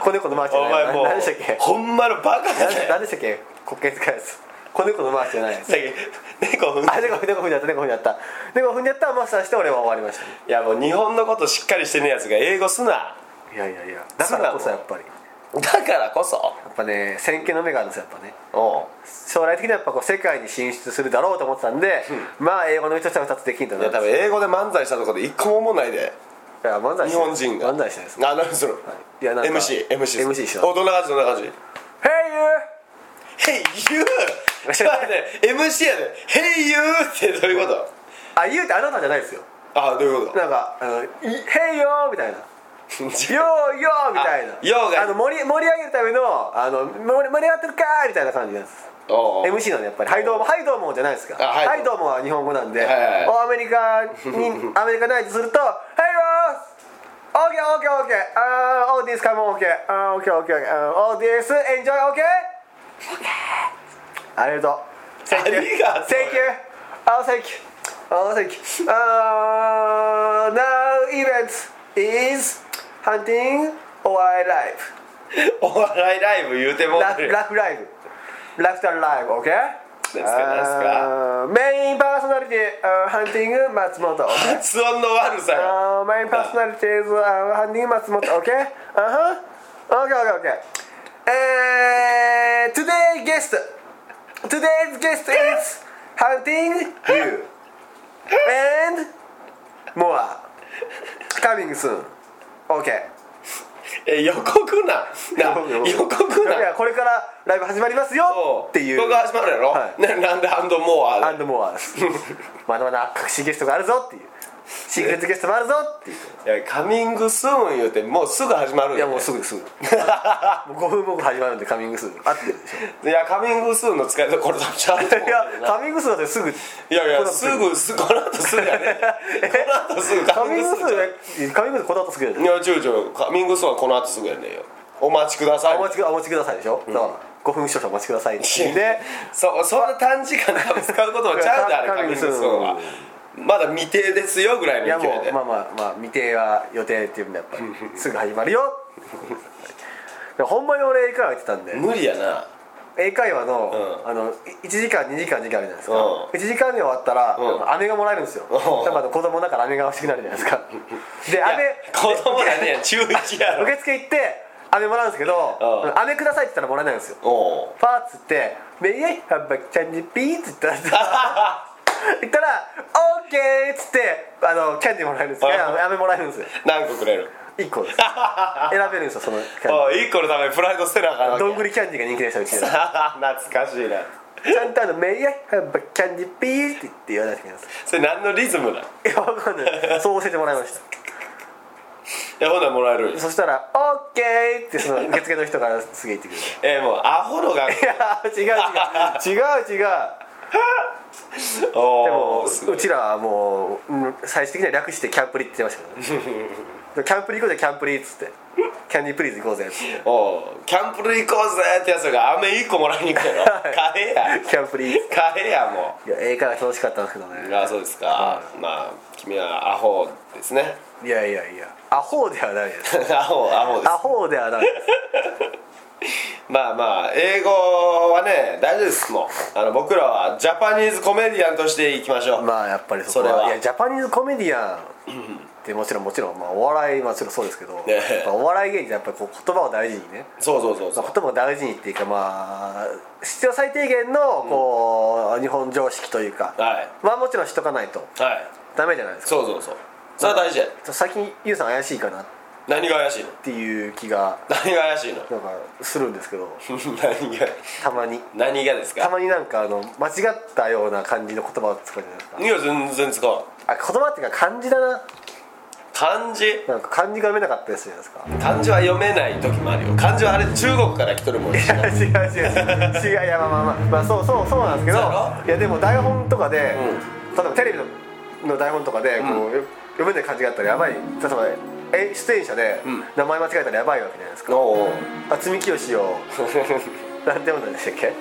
[SPEAKER 3] 子猫のマーチじ
[SPEAKER 2] 語
[SPEAKER 3] ゃ
[SPEAKER 2] お
[SPEAKER 3] ない
[SPEAKER 2] 前もう
[SPEAKER 3] 何でしたっけ
[SPEAKER 2] ほんまのバカだ
[SPEAKER 3] 何で
[SPEAKER 2] ね
[SPEAKER 3] 何でしたっけ黒鍵使うやつ子猫のマーチじゃないやつ
[SPEAKER 2] さっき猫踏ん
[SPEAKER 3] あ猫猫踏んじゃった猫踏んじゃった猫踏んじゃったマスターして俺は終わりました
[SPEAKER 2] いやもう日本のことしっかりしてねえやつが英語すない
[SPEAKER 3] やいやいやだからこそやっぱりや
[SPEAKER 2] だからこそ
[SPEAKER 3] っぱね先見の目があるんですよやっぱね
[SPEAKER 2] お
[SPEAKER 3] 将来的にはやっぱこう世界に進出するだろうと思ってたんで、まあ英語の人としては2つできんだ
[SPEAKER 2] い
[SPEAKER 3] な
[SPEAKER 2] や多分英語で漫才したとこで一個も思んないで
[SPEAKER 3] いや漫才し
[SPEAKER 2] 日
[SPEAKER 3] てない
[SPEAKER 2] 本人が
[SPEAKER 3] 漫才してないです
[SPEAKER 2] あ何するの
[SPEAKER 3] いやなんか
[SPEAKER 2] MCMC
[SPEAKER 3] MC でしょ
[SPEAKER 2] おどんな感じどんな感じ
[SPEAKER 3] Hey
[SPEAKER 2] Hey you! ちょっと待って MC やで Hey you! ってどういうこ
[SPEAKER 3] you! あ、言うってあなたじゃないですよ
[SPEAKER 2] とあどういうこと
[SPEAKER 3] なんか、あの、い Hey yo! みた
[SPEAKER 2] *laughs*
[SPEAKER 3] いな Yo
[SPEAKER 2] よ
[SPEAKER 3] yo! みたいな
[SPEAKER 2] あ yo が
[SPEAKER 3] あの盛り盛り上げるための、あの、盛り盛り上がってるかーみたいな感じなんです
[SPEAKER 2] おう
[SPEAKER 3] *laughs* MC なんでやっぱり「はいどうもはいどうも」じゃないですか「
[SPEAKER 2] あはい
[SPEAKER 3] はいどうも」は日本語なんで、
[SPEAKER 2] はいはいはい
[SPEAKER 3] おアメリカに *laughs* アメリカないとすると「はいよー OK, OK, OK. Uh, all this come on, OK. Uh, OK, OK, OK. Uh, all this enjoy, OK? OK. ありがとう。
[SPEAKER 2] あ
[SPEAKER 3] *laughs*
[SPEAKER 2] りがとう
[SPEAKER 3] Thank you. Oh, thank you. Oh, thank you. Uh, now event is hunting wildlife.
[SPEAKER 2] *laughs* お笑いライブ言うてもう
[SPEAKER 3] ラ
[SPEAKER 2] て
[SPEAKER 3] フ
[SPEAKER 2] る
[SPEAKER 3] ラフライブラフターライブ OK?
[SPEAKER 2] 何すか何すか
[SPEAKER 3] あーメインパーソナリティあーハンティング松本 OK
[SPEAKER 2] 発音の悪さよ
[SPEAKER 3] あーメインパーソナリティーズあーハンティング松本 OK? あは OKOKOK えー Today guest Today's guest is hunting you and more coming soon OK
[SPEAKER 2] え予告な
[SPEAKER 3] *laughs*
[SPEAKER 2] な予告
[SPEAKER 3] い
[SPEAKER 2] な
[SPEAKER 3] やこれからライブ始まりますよ
[SPEAKER 2] お
[SPEAKER 3] っていう
[SPEAKER 2] ここが始まるやろ、
[SPEAKER 3] はい
[SPEAKER 2] ななんでハンドモア
[SPEAKER 3] ア
[SPEAKER 2] で
[SPEAKER 3] ンドモアですまだまだ隠しゲストがあるぞっていうシークレットゲストもあるぞっていう
[SPEAKER 2] いやカミングスーン言うてもうすぐ始まるん
[SPEAKER 3] いやもうすぐですすぐもう5分後始まるんでカミングスーン合ってるでしょ
[SPEAKER 2] いやカミングスーンの使いどころとちゃうと思う
[SPEAKER 3] い
[SPEAKER 2] けど
[SPEAKER 3] や
[SPEAKER 2] な
[SPEAKER 3] カミングスーンだってすぐ
[SPEAKER 2] いやいや
[SPEAKER 3] この後
[SPEAKER 2] すぐすこの後すぐやね後すぐ
[SPEAKER 3] カ
[SPEAKER 2] カ
[SPEAKER 3] ミ
[SPEAKER 2] ミ
[SPEAKER 3] ン
[SPEAKER 2] ン
[SPEAKER 3] グ
[SPEAKER 2] グ
[SPEAKER 3] ス
[SPEAKER 2] ス
[SPEAKER 3] ー
[SPEAKER 2] ー
[SPEAKER 3] ン
[SPEAKER 2] ン
[SPEAKER 3] えカミングスーンこだわってすぐやで
[SPEAKER 2] いや違う違うカミングスーンはこの後すぐやねんよお待ちください
[SPEAKER 3] お待ちくお待ちくださいでしょ、だから5分少々お待ちくださいって言って
[SPEAKER 2] でそそんな短時間で多分使うこともちゃうだろ
[SPEAKER 3] カ
[SPEAKER 2] カ
[SPEAKER 3] ミ
[SPEAKER 2] ミ
[SPEAKER 3] ン
[SPEAKER 2] ン
[SPEAKER 3] グ
[SPEAKER 2] グ
[SPEAKER 3] ス
[SPEAKER 2] ス
[SPEAKER 3] ーン
[SPEAKER 2] ーンはまだ未定ですよぐら
[SPEAKER 3] い
[SPEAKER 2] い
[SPEAKER 3] や
[SPEAKER 2] の勢
[SPEAKER 3] も
[SPEAKER 2] いで
[SPEAKER 3] うまあまあまあ未定は予定っていうんでやっぱりすぐ始まるよでもほんまに俺英会話行ってたんで
[SPEAKER 2] 無理やな
[SPEAKER 3] 英会話の,、
[SPEAKER 2] うん
[SPEAKER 3] あの1時間2時間時間あるじゃないですか、
[SPEAKER 2] うん
[SPEAKER 3] 1時間に終わったら、
[SPEAKER 2] うん
[SPEAKER 3] 飴がもらえるんですよ、
[SPEAKER 2] うん
[SPEAKER 3] やっぱあの子供だから飴が欲しくなるじゃないですかで
[SPEAKER 2] いや
[SPEAKER 3] 飴
[SPEAKER 2] 子供やねん *laughs* 中1やろ
[SPEAKER 3] 受付行って飴もらうんですけど
[SPEAKER 2] うん
[SPEAKER 3] 飴くださいって言ったらもらえないんですよ
[SPEAKER 2] おう
[SPEAKER 3] パーッつって「メイエイハンバキチャンジピー」って言ったら
[SPEAKER 2] *laughs*
[SPEAKER 3] 言ったら「オーケー」っつってあのキャンディーもらえるんですよ
[SPEAKER 2] うん
[SPEAKER 3] 飴もらえるんですよ
[SPEAKER 2] 何個くれる
[SPEAKER 3] 1個です
[SPEAKER 2] *laughs*
[SPEAKER 3] 選べるんですよそのキャンディ
[SPEAKER 2] おい1個のためにプライド捨てなあかん
[SPEAKER 3] ー
[SPEAKER 2] わけ
[SPEAKER 3] ど
[SPEAKER 2] *laughs*
[SPEAKER 3] んぐりキャンディーが人気でしたうちで
[SPEAKER 2] 懐かしいな
[SPEAKER 3] ちゃんとあの「メイエイハンバキチャンジピー」って言って言わないといけないんです
[SPEAKER 2] それ何のリズムだい
[SPEAKER 3] いやわかんないそう教えてもらいまし
[SPEAKER 2] やほんならもらえる
[SPEAKER 3] たそしたら「オーケー」ってその受付の人からすげえ言ってくる
[SPEAKER 2] えー、もうアホのが
[SPEAKER 3] *laughs* いや違う違う違う違うで
[SPEAKER 2] お
[SPEAKER 3] も
[SPEAKER 2] おすご
[SPEAKER 3] う
[SPEAKER 2] い
[SPEAKER 3] ちらはもううん最終的には略してキャンプリって言ってましたけど、ね、キャンプリ行こうぜキャンプリっつってキャンディープリーズ行こうぜっつって
[SPEAKER 2] おうキャンプル行こうぜってやつが飴1個もらいに行くやろ買えや
[SPEAKER 3] キャンプリーズ
[SPEAKER 2] 買えやも
[SPEAKER 3] いや英会話楽しかったんですけど
[SPEAKER 2] う
[SPEAKER 3] ね
[SPEAKER 2] ああそうですか、まあ君はアホですね *laughs*
[SPEAKER 3] いやいやいやアホではないです
[SPEAKER 2] アホアホで
[SPEAKER 3] ア
[SPEAKER 2] す
[SPEAKER 3] ホではないです
[SPEAKER 2] まあまあ英語はね大丈夫ですもうあの僕らはジャパニーズコメディアンとしていきましょう
[SPEAKER 3] まあやっぱりそこ
[SPEAKER 2] それはい
[SPEAKER 3] やジャパニーズコメディアンってもちろんもちろん、まあ、お笑いはもちろんそうですけど、
[SPEAKER 2] ええ
[SPEAKER 3] やっぱお笑い芸人ってやっぱりこう言葉を大事にね
[SPEAKER 2] そうそうそうそ
[SPEAKER 3] まあ
[SPEAKER 2] う
[SPEAKER 3] 言葉を大事にっていうかまあ必要最低限のこう、日本常識というか、
[SPEAKER 2] はい
[SPEAKER 3] まあもちろんしとかないと
[SPEAKER 2] はい
[SPEAKER 3] ダメじゃないですか
[SPEAKER 2] そうそうそうそれは大事や
[SPEAKER 3] 最近ゆうさん怪しいかなっ
[SPEAKER 2] 何が怪しいの
[SPEAKER 3] ていう気が
[SPEAKER 2] 何が怪しいの *laughs*
[SPEAKER 3] なんかするんですけど
[SPEAKER 2] 何が
[SPEAKER 3] たまに
[SPEAKER 2] 何がです
[SPEAKER 3] た
[SPEAKER 2] か
[SPEAKER 3] まになんかあの間違ったような感じの言葉を使うじゃないですか
[SPEAKER 2] いや全然使わん
[SPEAKER 3] あ言葉っていうか漢字だな
[SPEAKER 2] 漢字
[SPEAKER 3] なんか漢字が読めなかったりするじゃないですか
[SPEAKER 2] 漢字は読めない時もあるよ漢字はあれ中国から来とるもん
[SPEAKER 3] *laughs* 違う違う違う違ういやまあまあまあ、まあ、そうそうそうなんですけど
[SPEAKER 2] そうや
[SPEAKER 3] いやでも台本とかで、例えばテレビのの台本とかでこう、よ読めない漢字があったらやばい例えばえ出演者で
[SPEAKER 2] ん
[SPEAKER 3] 名前間違えたらやばいわけじゃない
[SPEAKER 2] *laughs*
[SPEAKER 3] ですか、
[SPEAKER 2] おうおう
[SPEAKER 3] 渥美清をなんて読んだんでした
[SPEAKER 2] *laughs*
[SPEAKER 3] っけ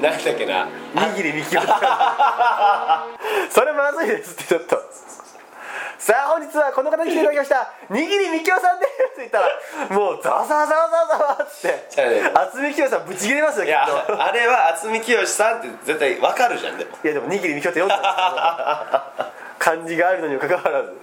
[SPEAKER 2] 何だっけな
[SPEAKER 3] 握り *laughs* 右それまずいですってちょっとさあ本日はこの方に来ていただきました握りみきおさんですって言ったらもうざわざわざわざわざわって
[SPEAKER 2] じゃあね
[SPEAKER 3] 渥美清さんぶち切れますよ
[SPEAKER 2] い
[SPEAKER 3] きっ
[SPEAKER 2] や
[SPEAKER 3] *laughs* と
[SPEAKER 2] あれは渥美清さんって絶対わかるじゃんでも
[SPEAKER 3] いやでも握りみきおって読んだんですけど漢字があるのにもかかわらず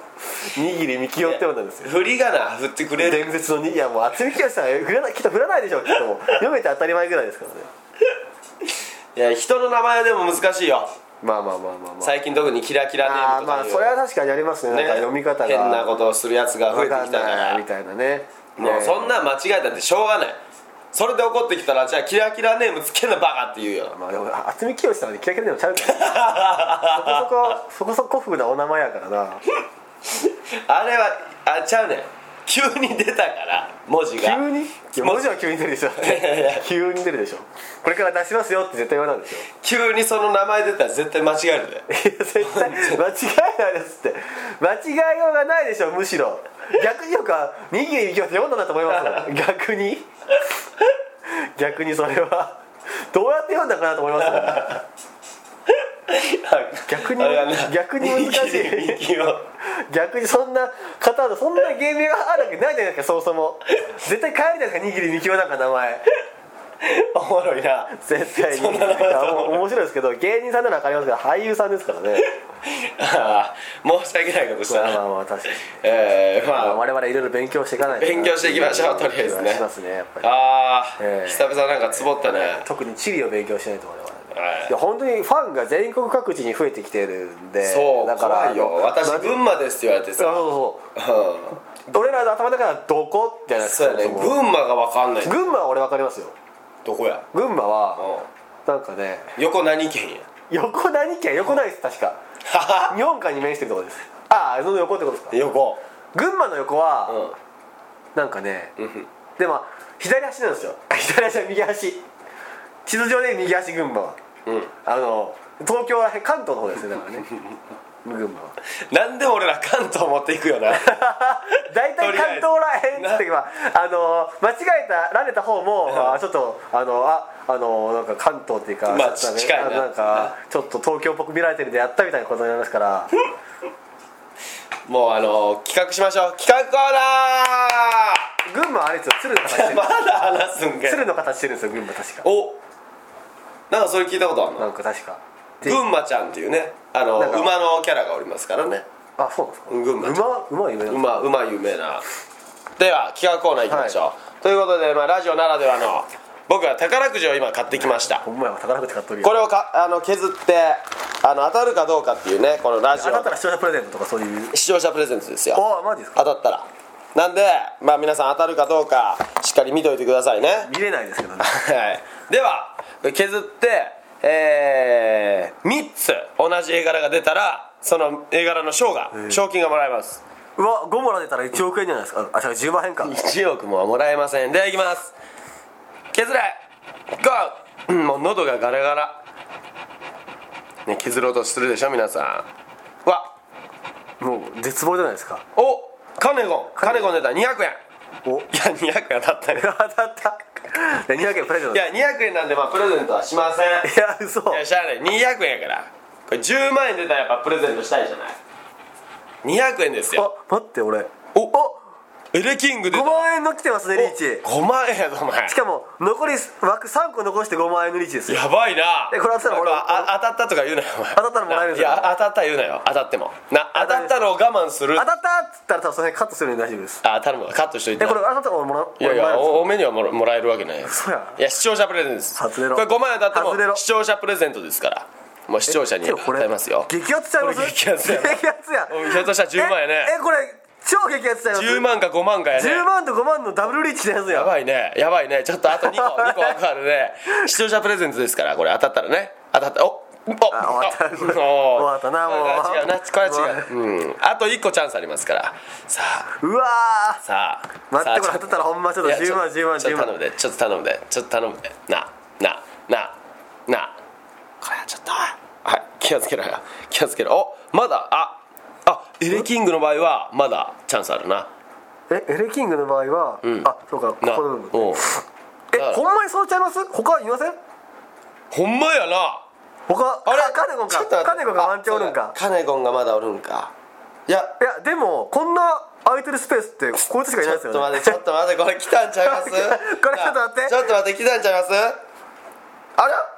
[SPEAKER 3] 握りみきおって読んだんですよ
[SPEAKER 2] 振り仮名振ってくれる
[SPEAKER 3] 伝説のにいやもう渥美清さん振らなきっと振らないでしょうきっともう読めて当たり前ぐらいですからね
[SPEAKER 2] いや人の名前でも難しいよ
[SPEAKER 3] まあまあまあまあまあ
[SPEAKER 2] 最近特にキラキラネーム
[SPEAKER 3] あー
[SPEAKER 2] と
[SPEAKER 3] ま
[SPEAKER 2] か
[SPEAKER 3] あ
[SPEAKER 2] いう
[SPEAKER 3] それは確かにありますねなんか読み方が
[SPEAKER 2] 変なことをするやつが増え
[SPEAKER 3] 分
[SPEAKER 2] てき
[SPEAKER 3] かん
[SPEAKER 2] たか
[SPEAKER 3] ない
[SPEAKER 2] ら
[SPEAKER 3] みたいなね
[SPEAKER 2] もうそ
[SPEAKER 3] ね
[SPEAKER 2] んなん間違えたってしょうがないそれで怒ってきたらじゃあキラキラネームつけなバカって言うよ
[SPEAKER 3] まあでも渥美清さんにキラキラでもちゃうからねそこそこそこそこ古なお名前やからな
[SPEAKER 2] あれはあちゃうねん急に出たから文字が
[SPEAKER 3] 急にいや文字は急に出るでしょ急に出るでしょこれから出しますよって絶対言わないでしょ
[SPEAKER 2] 急にその名前出たら絶対間違えるで
[SPEAKER 3] いや絶対間違いないですって間違いようがないでしょむしろ逆によくは「握り行きます」読んだなと思います
[SPEAKER 2] *laughs*
[SPEAKER 3] よ逆に逆にそれはどうやって読んだかなと思いますよ逆に
[SPEAKER 2] あれはな
[SPEAKER 3] 逆に難しい
[SPEAKER 2] 右利きを
[SPEAKER 3] 逆にそんな方のそんな芸名があるわけないじゃないですかそもそも絶対変えるじゃないですか握りきおなんか名前
[SPEAKER 2] おもろいな
[SPEAKER 3] 絶対に
[SPEAKER 2] そんな名前だと思う
[SPEAKER 3] いやもう面白いですけど芸人さんなら分かりますけど俳優さんですからね
[SPEAKER 2] あー申し訳ないことし
[SPEAKER 3] ま
[SPEAKER 2] た
[SPEAKER 3] あま
[SPEAKER 2] な
[SPEAKER 3] あまあ確かに
[SPEAKER 2] えー、
[SPEAKER 3] まあ
[SPEAKER 2] まあ
[SPEAKER 3] 我々いろいろ勉強していかないとな
[SPEAKER 2] 勉強していきましょうとりあえずね
[SPEAKER 3] しますねやっぱり
[SPEAKER 2] あー、
[SPEAKER 3] えー
[SPEAKER 2] 久々なんかつぼったね
[SPEAKER 3] 特に地理を勉強しないと我々
[SPEAKER 2] はい
[SPEAKER 3] いや本当にファンが全国各地に増えてきてるんで
[SPEAKER 2] そう
[SPEAKER 3] だから
[SPEAKER 2] 怖いよ私
[SPEAKER 3] まあ
[SPEAKER 2] 群馬ですって言われて
[SPEAKER 3] そう
[SPEAKER 2] さ、
[SPEAKER 3] そ
[SPEAKER 2] う
[SPEAKER 3] う
[SPEAKER 2] ん、
[SPEAKER 3] そう俺らの頭の中はどこじゃないですか
[SPEAKER 2] そうやね
[SPEAKER 3] そも
[SPEAKER 2] 群馬が分かんない
[SPEAKER 3] 群馬は俺分かりますよ
[SPEAKER 2] どこや
[SPEAKER 3] 群馬は
[SPEAKER 2] う
[SPEAKER 3] なんかね
[SPEAKER 2] ん横何県や
[SPEAKER 3] 横何県横ないです確か
[SPEAKER 2] はは
[SPEAKER 3] 日本海に面してるとこですああその横ってことですか
[SPEAKER 2] 横
[SPEAKER 3] 群馬の横
[SPEAKER 2] う
[SPEAKER 3] は
[SPEAKER 2] ん
[SPEAKER 3] なんかね
[SPEAKER 2] うん
[SPEAKER 3] でも左足なんですよ *laughs* 左足は右足地図上で右足群馬は
[SPEAKER 2] うん *laughs*
[SPEAKER 3] あの東京らへん関東の方ですねだからね群馬は *laughs*
[SPEAKER 2] なんで俺ら関東持っていくよな
[SPEAKER 3] 大体関東らへんっつってまああのー間違えたられた方も、まあ、ちょっとあのああのーなんか関東っていうか、
[SPEAKER 2] まあ
[SPEAKER 3] ちょっと
[SPEAKER 2] 近いな
[SPEAKER 3] なんかちょっと東京っぽく見られてるんでやったみたいなことになりますから
[SPEAKER 2] もうあの企画しましょう企画コー
[SPEAKER 3] 群馬はあれですよ鶴の形して
[SPEAKER 2] ナ
[SPEAKER 3] る
[SPEAKER 2] ー *laughs* まだ話すんかい
[SPEAKER 3] 鶴の形してるんですよ群馬確か
[SPEAKER 2] おなんかそれ聞いたことあるの
[SPEAKER 3] なんか確かで
[SPEAKER 2] 群馬ちゃんっていうねあの
[SPEAKER 3] なんか
[SPEAKER 2] 馬のキャラがおりますからね
[SPEAKER 3] あそうなんですか
[SPEAKER 2] 群馬
[SPEAKER 3] 馬馬は有名なんです
[SPEAKER 2] 馬
[SPEAKER 3] か
[SPEAKER 2] 馬有名なでは企画コーナー行きましょう、ということで、まあ、ラジオならではの僕は宝くじを今買ってきました
[SPEAKER 3] ほんまや宝くじ買っとるよ
[SPEAKER 2] これをかあの削ってあの当たるかどうかっていうねこのラジ
[SPEAKER 3] 当たっ
[SPEAKER 2] オ
[SPEAKER 3] たら視聴者プレゼントとかそういう
[SPEAKER 2] 視聴者プレゼントですよ
[SPEAKER 3] ああマジですか
[SPEAKER 2] 当たったらなんで、まあ、皆さん当たるかどうかしっかり見といてくださいね
[SPEAKER 3] 見れないですけどね
[SPEAKER 2] はいでは削ってえー、3つ同じ絵柄が出たらその絵柄の賞が、賞金がもらえます
[SPEAKER 3] うわ5もら出たら1億円じゃないですかあ違う10万円か
[SPEAKER 2] 1億もはもらえませんではいきます削れゴーうんもう喉がガラガラね削ろうとするでしょ皆さんわ
[SPEAKER 3] もう絶望じゃないですか
[SPEAKER 2] おカネゴンカネゴン出た200円い
[SPEAKER 3] お
[SPEAKER 2] や200円当たったね
[SPEAKER 3] 当たったで200円プレゼント
[SPEAKER 2] いや200円なんでまあプレゼントはしません
[SPEAKER 3] いや嘘
[SPEAKER 2] いやしゃあない200円やからこれ10万円出たらやっぱプレゼントしたいじゃない200円ですよ
[SPEAKER 3] あ待って俺
[SPEAKER 2] おおエレキング出
[SPEAKER 3] 5
[SPEAKER 2] た
[SPEAKER 3] 万円の来てますねリーチ
[SPEAKER 2] 5万円やぞお前
[SPEAKER 3] しかも残り枠3個残して5万円のリーチですよ
[SPEAKER 2] やばいな
[SPEAKER 3] えこれ当たったら俺
[SPEAKER 2] なんかあ当たったとか言うなよお前
[SPEAKER 3] 当たったらもらえるん
[SPEAKER 2] い
[SPEAKER 3] ですよ
[SPEAKER 2] や当たったら言うなよ当たってもな当たったのを我慢する
[SPEAKER 3] 当
[SPEAKER 2] あ
[SPEAKER 3] たったっつったら多分その辺カットするんで大丈夫です
[SPEAKER 2] 当たるもカットしといて
[SPEAKER 3] えこれ当たったら俺もら
[SPEAKER 2] いやい
[SPEAKER 3] 俺も
[SPEAKER 2] や
[SPEAKER 3] らえるんです
[SPEAKER 2] おお目にはもらもらえるわけないよ
[SPEAKER 3] 嘘や
[SPEAKER 2] い
[SPEAKER 3] ん
[SPEAKER 2] や視聴者プレゼントです
[SPEAKER 3] 外れろ
[SPEAKER 2] これ5万円当たって
[SPEAKER 3] 外れ
[SPEAKER 2] も
[SPEAKER 3] ろ
[SPEAKER 2] 視聴者プレゼントですからもう視聴者に
[SPEAKER 3] けどこれ
[SPEAKER 2] 与えますよ
[SPEAKER 3] 激アツちゃいます
[SPEAKER 2] これ激アツやな
[SPEAKER 3] 激アツや
[SPEAKER 2] おひょっとしたら10万やね
[SPEAKER 3] ええこれ超激アツちゃいます
[SPEAKER 2] 10万か5万かやね
[SPEAKER 3] 10万と5万のダブルリーチのやつ
[SPEAKER 2] や
[SPEAKER 3] や
[SPEAKER 2] ばいねやばいねちょっとあと2個
[SPEAKER 3] *laughs* やばい
[SPEAKER 2] 2個枠あるね視聴者プレゼントですからこれ当たったらね当たったおおお
[SPEAKER 3] あ終わった
[SPEAKER 2] *laughs* お
[SPEAKER 3] 終わったなもう
[SPEAKER 2] これは違うなこれは違う、うん、あと1個チャンスありますからさあ
[SPEAKER 3] うわー
[SPEAKER 2] さあ
[SPEAKER 3] 待って
[SPEAKER 2] さあ
[SPEAKER 3] これ当たったらほんまちょっと
[SPEAKER 2] いや
[SPEAKER 3] 10万10万
[SPEAKER 2] ちょっと
[SPEAKER 3] 10
[SPEAKER 2] 頼
[SPEAKER 3] 万
[SPEAKER 2] むでちょっと頼むでちょっと頼むでななななこれはちょっとはい気をつけろよ気をつけろおまだああエレキングの場合はまだチャンスあるな
[SPEAKER 3] えエレキングの場合は、
[SPEAKER 2] ん
[SPEAKER 3] あそうかこ
[SPEAKER 2] な
[SPEAKER 3] この部分
[SPEAKER 2] おう
[SPEAKER 3] え
[SPEAKER 2] だから
[SPEAKER 3] ほんまにそうちゃいます他いません
[SPEAKER 2] ほんまやな
[SPEAKER 3] 他
[SPEAKER 2] あれ
[SPEAKER 3] かカネゴン
[SPEAKER 2] ちょっと待
[SPEAKER 3] か
[SPEAKER 2] って
[SPEAKER 3] カネゴンがワンチャンおるん
[SPEAKER 2] あ
[SPEAKER 3] か
[SPEAKER 2] そうだカネゴンがまだおるんかいや
[SPEAKER 3] いやでもこんな空いてるスペースってこいつしかい
[SPEAKER 2] ち
[SPEAKER 3] な
[SPEAKER 2] ょ
[SPEAKER 3] いで
[SPEAKER 2] っ
[SPEAKER 3] すよ
[SPEAKER 2] と待
[SPEAKER 3] ね
[SPEAKER 2] ってちょっと待ってこれ来たんちゃいます
[SPEAKER 3] *laughs* これちょっと待って
[SPEAKER 2] ちょっと待って来たんちゃいますあら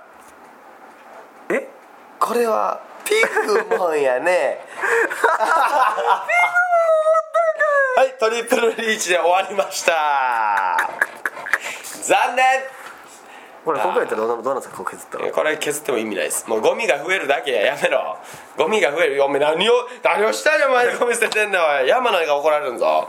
[SPEAKER 3] え
[SPEAKER 2] これはピグモンやねピグモンはいトリプルリーチで終わりました残念
[SPEAKER 3] これ今回やったらどうなどうなんですかこう削ったら
[SPEAKER 2] これ削っても意味ないですもうゴミが増えるだけややめろゴミが増えるよお前何を何をしたんやお前ゴミ捨ててんねんおい山なんか怒られるんぞ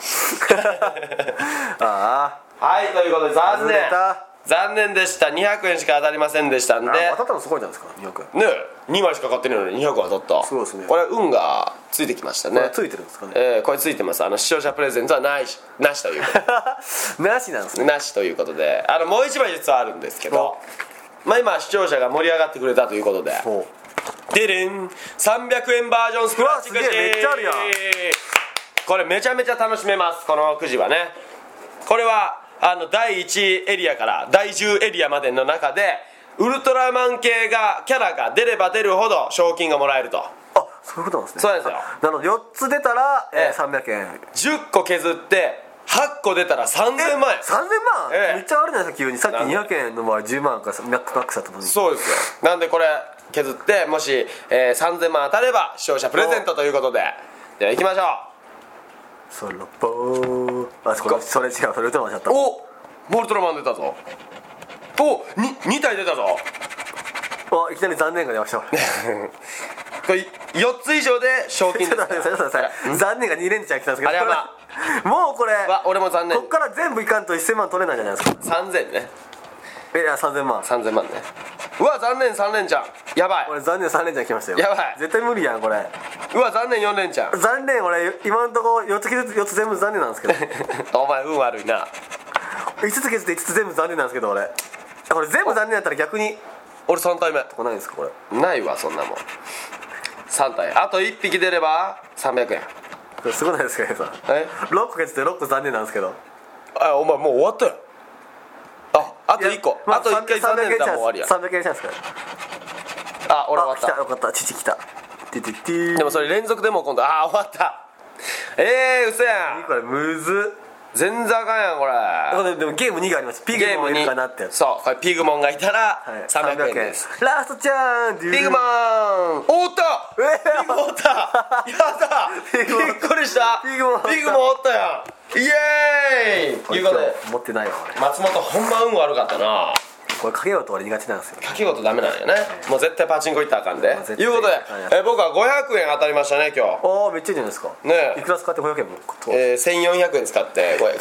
[SPEAKER 3] あ
[SPEAKER 2] はいということで残
[SPEAKER 3] 外
[SPEAKER 2] 念
[SPEAKER 3] れた
[SPEAKER 2] 残念でした200円しか当たりませんでしたん
[SPEAKER 3] ー
[SPEAKER 2] で
[SPEAKER 3] あ
[SPEAKER 2] ね
[SPEAKER 3] 当たったのすごいじゃないですかよく
[SPEAKER 2] 2枚しか買ってないのに200円当たった
[SPEAKER 3] そうですね
[SPEAKER 2] これ運がついてきました
[SPEAKER 3] これ
[SPEAKER 2] ね
[SPEAKER 3] ついてるんですかね
[SPEAKER 2] えーこれついてますあの視聴者プレゼントはないしなしというこ *laughs*
[SPEAKER 3] *laughs* なしなんです
[SPEAKER 2] と
[SPEAKER 3] ね
[SPEAKER 2] なしということであのもう一枚実はあるんですけどまあ今視聴者が盛り上がってくれたということで
[SPEAKER 3] ほう
[SPEAKER 2] でれん300円バージョンスクラッチくじ
[SPEAKER 3] うわすげえめっちゃあるやん
[SPEAKER 2] これめちゃめちゃ楽しめますこのくじはねこれはあの第1エリアから第10エリアまでの中でウルトラマン系がキャラが出れば出るほど賞金がもらえると
[SPEAKER 3] あそういうことなんですね
[SPEAKER 2] そうなんですよ
[SPEAKER 3] あなので4つ出たら、えー
[SPEAKER 2] ええ
[SPEAKER 3] 300円
[SPEAKER 2] 10個削って8個出たら3000
[SPEAKER 3] え
[SPEAKER 2] 万円
[SPEAKER 3] 3000万、
[SPEAKER 2] ええ
[SPEAKER 3] めっちゃあるじゃないですか急にさっき
[SPEAKER 2] なんで
[SPEAKER 3] 200円の場合10万かマックマックスだったのに
[SPEAKER 2] そうですよなんでこれ削ってもし、えー3000万当たれば視聴者プレゼントということででは行きましょ
[SPEAKER 3] そろぽーあそ
[SPEAKER 2] こ
[SPEAKER 3] こそれ違うそれ歌間違った
[SPEAKER 2] うおウルトラマン出たぞおに2体出たぞ
[SPEAKER 3] おいきなり残念が出ました
[SPEAKER 2] これ4つ以上で賞金
[SPEAKER 3] ち
[SPEAKER 2] *laughs*
[SPEAKER 3] ょ
[SPEAKER 2] で
[SPEAKER 3] *laughs* っと待って
[SPEAKER 2] す
[SPEAKER 3] くださいちょっと待ってください残念が2連チャン来たんですけど
[SPEAKER 2] あれはま
[SPEAKER 3] これ *laughs* もうこれ
[SPEAKER 2] わ俺も残念
[SPEAKER 3] こっから全部いかんと1000万取れないじゃないですか
[SPEAKER 2] 3000ね
[SPEAKER 3] えいや3000万
[SPEAKER 2] 3000万ねうわ残念3連チャンやばい
[SPEAKER 3] 俺残念3連チャン来ましたよ
[SPEAKER 2] やばい
[SPEAKER 3] 絶対無理やんこれ
[SPEAKER 2] うわ残念4連チャン *laughs*
[SPEAKER 3] 残念俺今んとこ4つ削って4つ全部残念なんですけど
[SPEAKER 2] お前運悪いな
[SPEAKER 3] 5つ削って5つ全部残念なんですけど俺これ全部残念だったら逆に
[SPEAKER 2] 俺3体目
[SPEAKER 3] これないんですかこれ
[SPEAKER 2] ないわそんなもん3体あと1匹出れば300円
[SPEAKER 3] これすごないですかねさ
[SPEAKER 2] え
[SPEAKER 3] 6個消って6個残念なんですけど
[SPEAKER 2] あお前もう終わったよああと1個、
[SPEAKER 3] ま
[SPEAKER 2] あ、と1回残念だったらもう終わりや
[SPEAKER 3] 300円チャンスから
[SPEAKER 2] あ俺
[SPEAKER 3] あ
[SPEAKER 2] 終
[SPEAKER 3] 来
[SPEAKER 2] わった
[SPEAKER 3] よかった父来たティティティ
[SPEAKER 2] でもそれ連続でも今度ああ終わったええー、嘘や
[SPEAKER 3] 何
[SPEAKER 2] ん
[SPEAKER 3] これむずっ
[SPEAKER 2] 全然あかんやんこ
[SPEAKER 3] こ
[SPEAKER 2] れ
[SPEAKER 3] れでもゲーム2がありますピグ
[SPEAKER 2] ゲー
[SPEAKER 3] モ
[SPEAKER 2] ム
[SPEAKER 3] ンい
[SPEAKER 2] に
[SPEAKER 3] るかなってやつ、
[SPEAKER 2] そうこれピグモンがいたら
[SPEAKER 3] はい
[SPEAKER 2] 300円です、
[SPEAKER 3] ラストチャンピ
[SPEAKER 2] ピグモンおった
[SPEAKER 3] えー
[SPEAKER 2] ピグモンおったやった
[SPEAKER 3] ピグモン
[SPEAKER 2] びっくりした
[SPEAKER 3] ピグモンおった
[SPEAKER 2] ピグモンおったやんイエーイということで
[SPEAKER 3] 持ってないわ俺
[SPEAKER 2] 松本ほんま運悪かったな
[SPEAKER 3] これかけようと俺苦手なんですよ
[SPEAKER 2] 書き事ダメなんよねもう絶対パチンコ行ったらあかんで
[SPEAKER 3] もう絶対
[SPEAKER 2] いうことで
[SPEAKER 3] 行ったらあかん、
[SPEAKER 2] え僕は500円当たりましたね今
[SPEAKER 3] ああめっちゃいいじゃないですか
[SPEAKER 2] ねえ
[SPEAKER 3] いくら使って500円もと、
[SPEAKER 2] 日、えー、1400円使って500円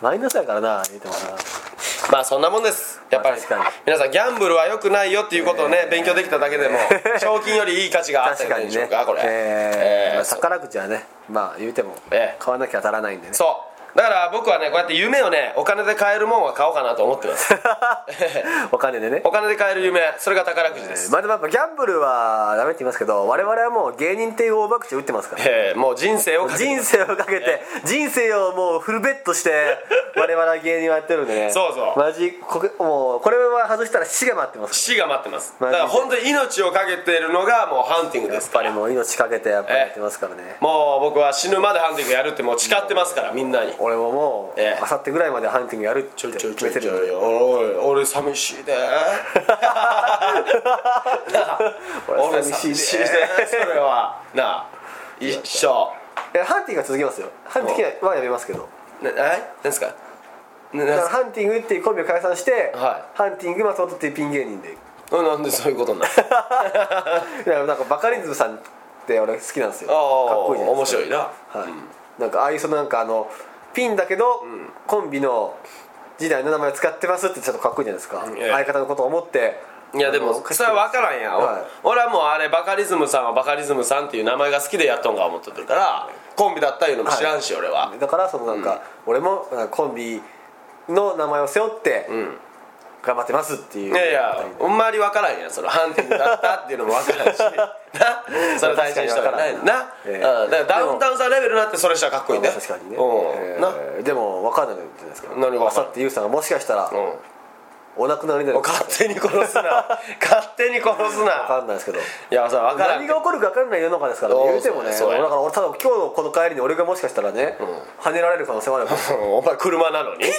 [SPEAKER 3] マイナスやからな言うてもな
[SPEAKER 2] まあそんなもんですやっぱり
[SPEAKER 3] まあ確かに
[SPEAKER 2] 皆さんギャンブルは良くないよっていうことをね、勉強できただけでも賞金よりいい価値があった
[SPEAKER 3] *laughs* 確
[SPEAKER 2] んじゃないでしょ
[SPEAKER 3] かにね
[SPEAKER 2] うかこれ
[SPEAKER 3] えー
[SPEAKER 2] えー
[SPEAKER 3] まあ
[SPEAKER 2] そう
[SPEAKER 3] 宝くじはねまあ言うても
[SPEAKER 2] ええ
[SPEAKER 3] 買わなきゃ当たらないんでね
[SPEAKER 2] そうだから僕はねこうやって夢をねお金で買えるもんは買おうかなと思ってます
[SPEAKER 3] *laughs* お金でね
[SPEAKER 2] お金で買える夢それが宝くじです、
[SPEAKER 3] まあでもやっぱギャンブルはダメって言いますけど我々はもう芸人っていう大博打打ってますから
[SPEAKER 2] えーもう人生をかけて
[SPEAKER 3] 人生をかけて人生をもうフルベットして我々は芸人はやってるんでね
[SPEAKER 2] そうそう
[SPEAKER 3] マジこけもうこれは外したら死が待ってます
[SPEAKER 2] 死が待ってますだ
[SPEAKER 3] マ
[SPEAKER 2] か
[SPEAKER 3] ジで
[SPEAKER 2] ら本当に命をかけてるのがもうハンティングです
[SPEAKER 3] あれもう命かけてやっぱりやってますからね、
[SPEAKER 2] もう僕は死ぬまでハンティングやるってもう誓ってますからみんなに
[SPEAKER 3] 俺ももう
[SPEAKER 2] ええ
[SPEAKER 3] あさってぐらいまでハンティングやるって
[SPEAKER 2] ちょいちょい
[SPEAKER 3] 決
[SPEAKER 2] ちょ
[SPEAKER 3] め
[SPEAKER 2] い
[SPEAKER 3] て
[SPEAKER 2] ち
[SPEAKER 3] る
[SPEAKER 2] ょいおい俺寂しいで
[SPEAKER 3] 俺寂しいで
[SPEAKER 2] それはなあ一生
[SPEAKER 3] いやハンティングは続きますよハンティングはやめますけど
[SPEAKER 2] なな何ですかな
[SPEAKER 3] だから
[SPEAKER 2] な
[SPEAKER 3] ハンティングっていうコンビを解散して、
[SPEAKER 2] は
[SPEAKER 3] ハンティング松本っていうピン芸人で
[SPEAKER 2] なんでそういうことになる
[SPEAKER 3] いやなんかバカリズムさんって俺好きなんですよ
[SPEAKER 2] あ
[SPEAKER 3] かっ
[SPEAKER 2] あ
[SPEAKER 3] こいいじゃない
[SPEAKER 2] 面
[SPEAKER 3] ですか
[SPEAKER 2] 白いな
[SPEAKER 3] はいなんかああいうそのなんかあのピンだけど、コンビの時代の名前を使ってますってちょっとかっこいいじゃないですか、
[SPEAKER 2] ええ
[SPEAKER 3] 相方のことを思って
[SPEAKER 2] いやで
[SPEAKER 3] あの
[SPEAKER 2] もそれは分からんやん、
[SPEAKER 3] はい
[SPEAKER 2] 俺はもうあれバカリズムさんはバカリズムさんっていう名前が好きでやっとんか思っとってるからコンビだったいうのも知らんし、俺は
[SPEAKER 3] だからそのなんか、俺もなんかコンビの名前を背負って、頑張ってますっていう
[SPEAKER 2] いやいやあんまり分からんやんそのハンティングだったっていうのも分からんしなそれ大事にしたらないのな、
[SPEAKER 3] ええ
[SPEAKER 2] うん、だからダウンタウンさんレベルになってそれしたらかっこいいね
[SPEAKER 3] 確かにね、
[SPEAKER 2] うん、
[SPEAKER 3] え
[SPEAKER 2] な
[SPEAKER 3] ーでも分かんないじゃないですか
[SPEAKER 2] 何が
[SPEAKER 3] あ
[SPEAKER 2] 分か
[SPEAKER 3] さ
[SPEAKER 2] ん
[SPEAKER 3] ってゆうさんがもしかしたら
[SPEAKER 2] うん
[SPEAKER 3] お亡くなりになる
[SPEAKER 2] もう勝手に殺
[SPEAKER 3] *laughs*
[SPEAKER 2] す *laughs* な勝手に殺す
[SPEAKER 3] 分か
[SPEAKER 2] なん
[SPEAKER 3] ないですけど
[SPEAKER 2] いやさ分からん
[SPEAKER 3] 何が起こるか分かんない世の中ですから
[SPEAKER 2] そう
[SPEAKER 3] 言うてもねだ
[SPEAKER 2] そう
[SPEAKER 3] か
[SPEAKER 2] や
[SPEAKER 3] ら俺ただ今日のこの帰りに俺がもしかしたらね、跳ねられる可能性もあるから
[SPEAKER 2] うんお前車なのにいや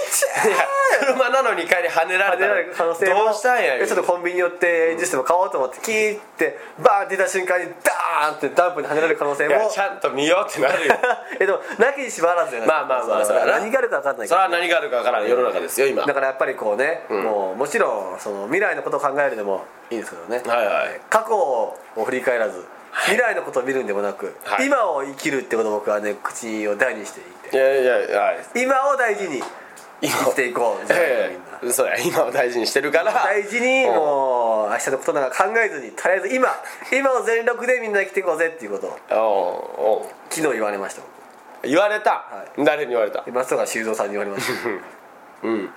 [SPEAKER 2] 車なのに帰り跳ねら
[SPEAKER 3] 跳ねら
[SPEAKER 2] れ
[SPEAKER 3] れる
[SPEAKER 2] た
[SPEAKER 3] 可
[SPEAKER 2] らど
[SPEAKER 3] 能
[SPEAKER 2] う
[SPEAKER 3] 性も
[SPEAKER 2] したんや
[SPEAKER 3] でちょっとコンビニ寄ってシステム買おうと思ってキーってバーンって出た瞬間にダーンってダンプに跳ねられる可能性
[SPEAKER 2] い
[SPEAKER 3] も
[SPEAKER 2] やちゃんと見ようってなるよ
[SPEAKER 3] *laughs* えでもなきにしもあらずじゃないで
[SPEAKER 2] ま
[SPEAKER 3] す
[SPEAKER 2] あ
[SPEAKER 3] か
[SPEAKER 2] まあまあ
[SPEAKER 3] そ
[SPEAKER 2] そ
[SPEAKER 3] れ
[SPEAKER 2] れ
[SPEAKER 3] は
[SPEAKER 2] はな
[SPEAKER 3] 何があるか分かんない
[SPEAKER 2] そ
[SPEAKER 3] か
[SPEAKER 2] れ
[SPEAKER 3] ら
[SPEAKER 2] は何があるか分からん世の中ですよ今
[SPEAKER 3] だからやっぱりこうね、もうもちろんその未来のことを考えるでもいいですけどね、
[SPEAKER 2] はいはい
[SPEAKER 3] 過去を振り返らず未来のことを見るんでもなく、
[SPEAKER 2] はい
[SPEAKER 3] 今を生きるってことを僕はね口を大にしてい
[SPEAKER 2] い
[SPEAKER 3] て
[SPEAKER 2] やいやいや
[SPEAKER 3] 今を大事に
[SPEAKER 2] 今
[SPEAKER 3] 生きていこうじゃないみんな
[SPEAKER 2] ええそうや今を大事にしてるから
[SPEAKER 3] 大事に
[SPEAKER 2] うん
[SPEAKER 3] もう明日のことなんか考えずにとりあえず今今を全力でみんな生きていこうぜっていうことを
[SPEAKER 2] おうおう
[SPEAKER 3] 昨日言われました
[SPEAKER 2] 言われた、
[SPEAKER 3] は
[SPEAKER 2] 誰に言われた
[SPEAKER 3] 僕松坂修造さんに言われました
[SPEAKER 2] うん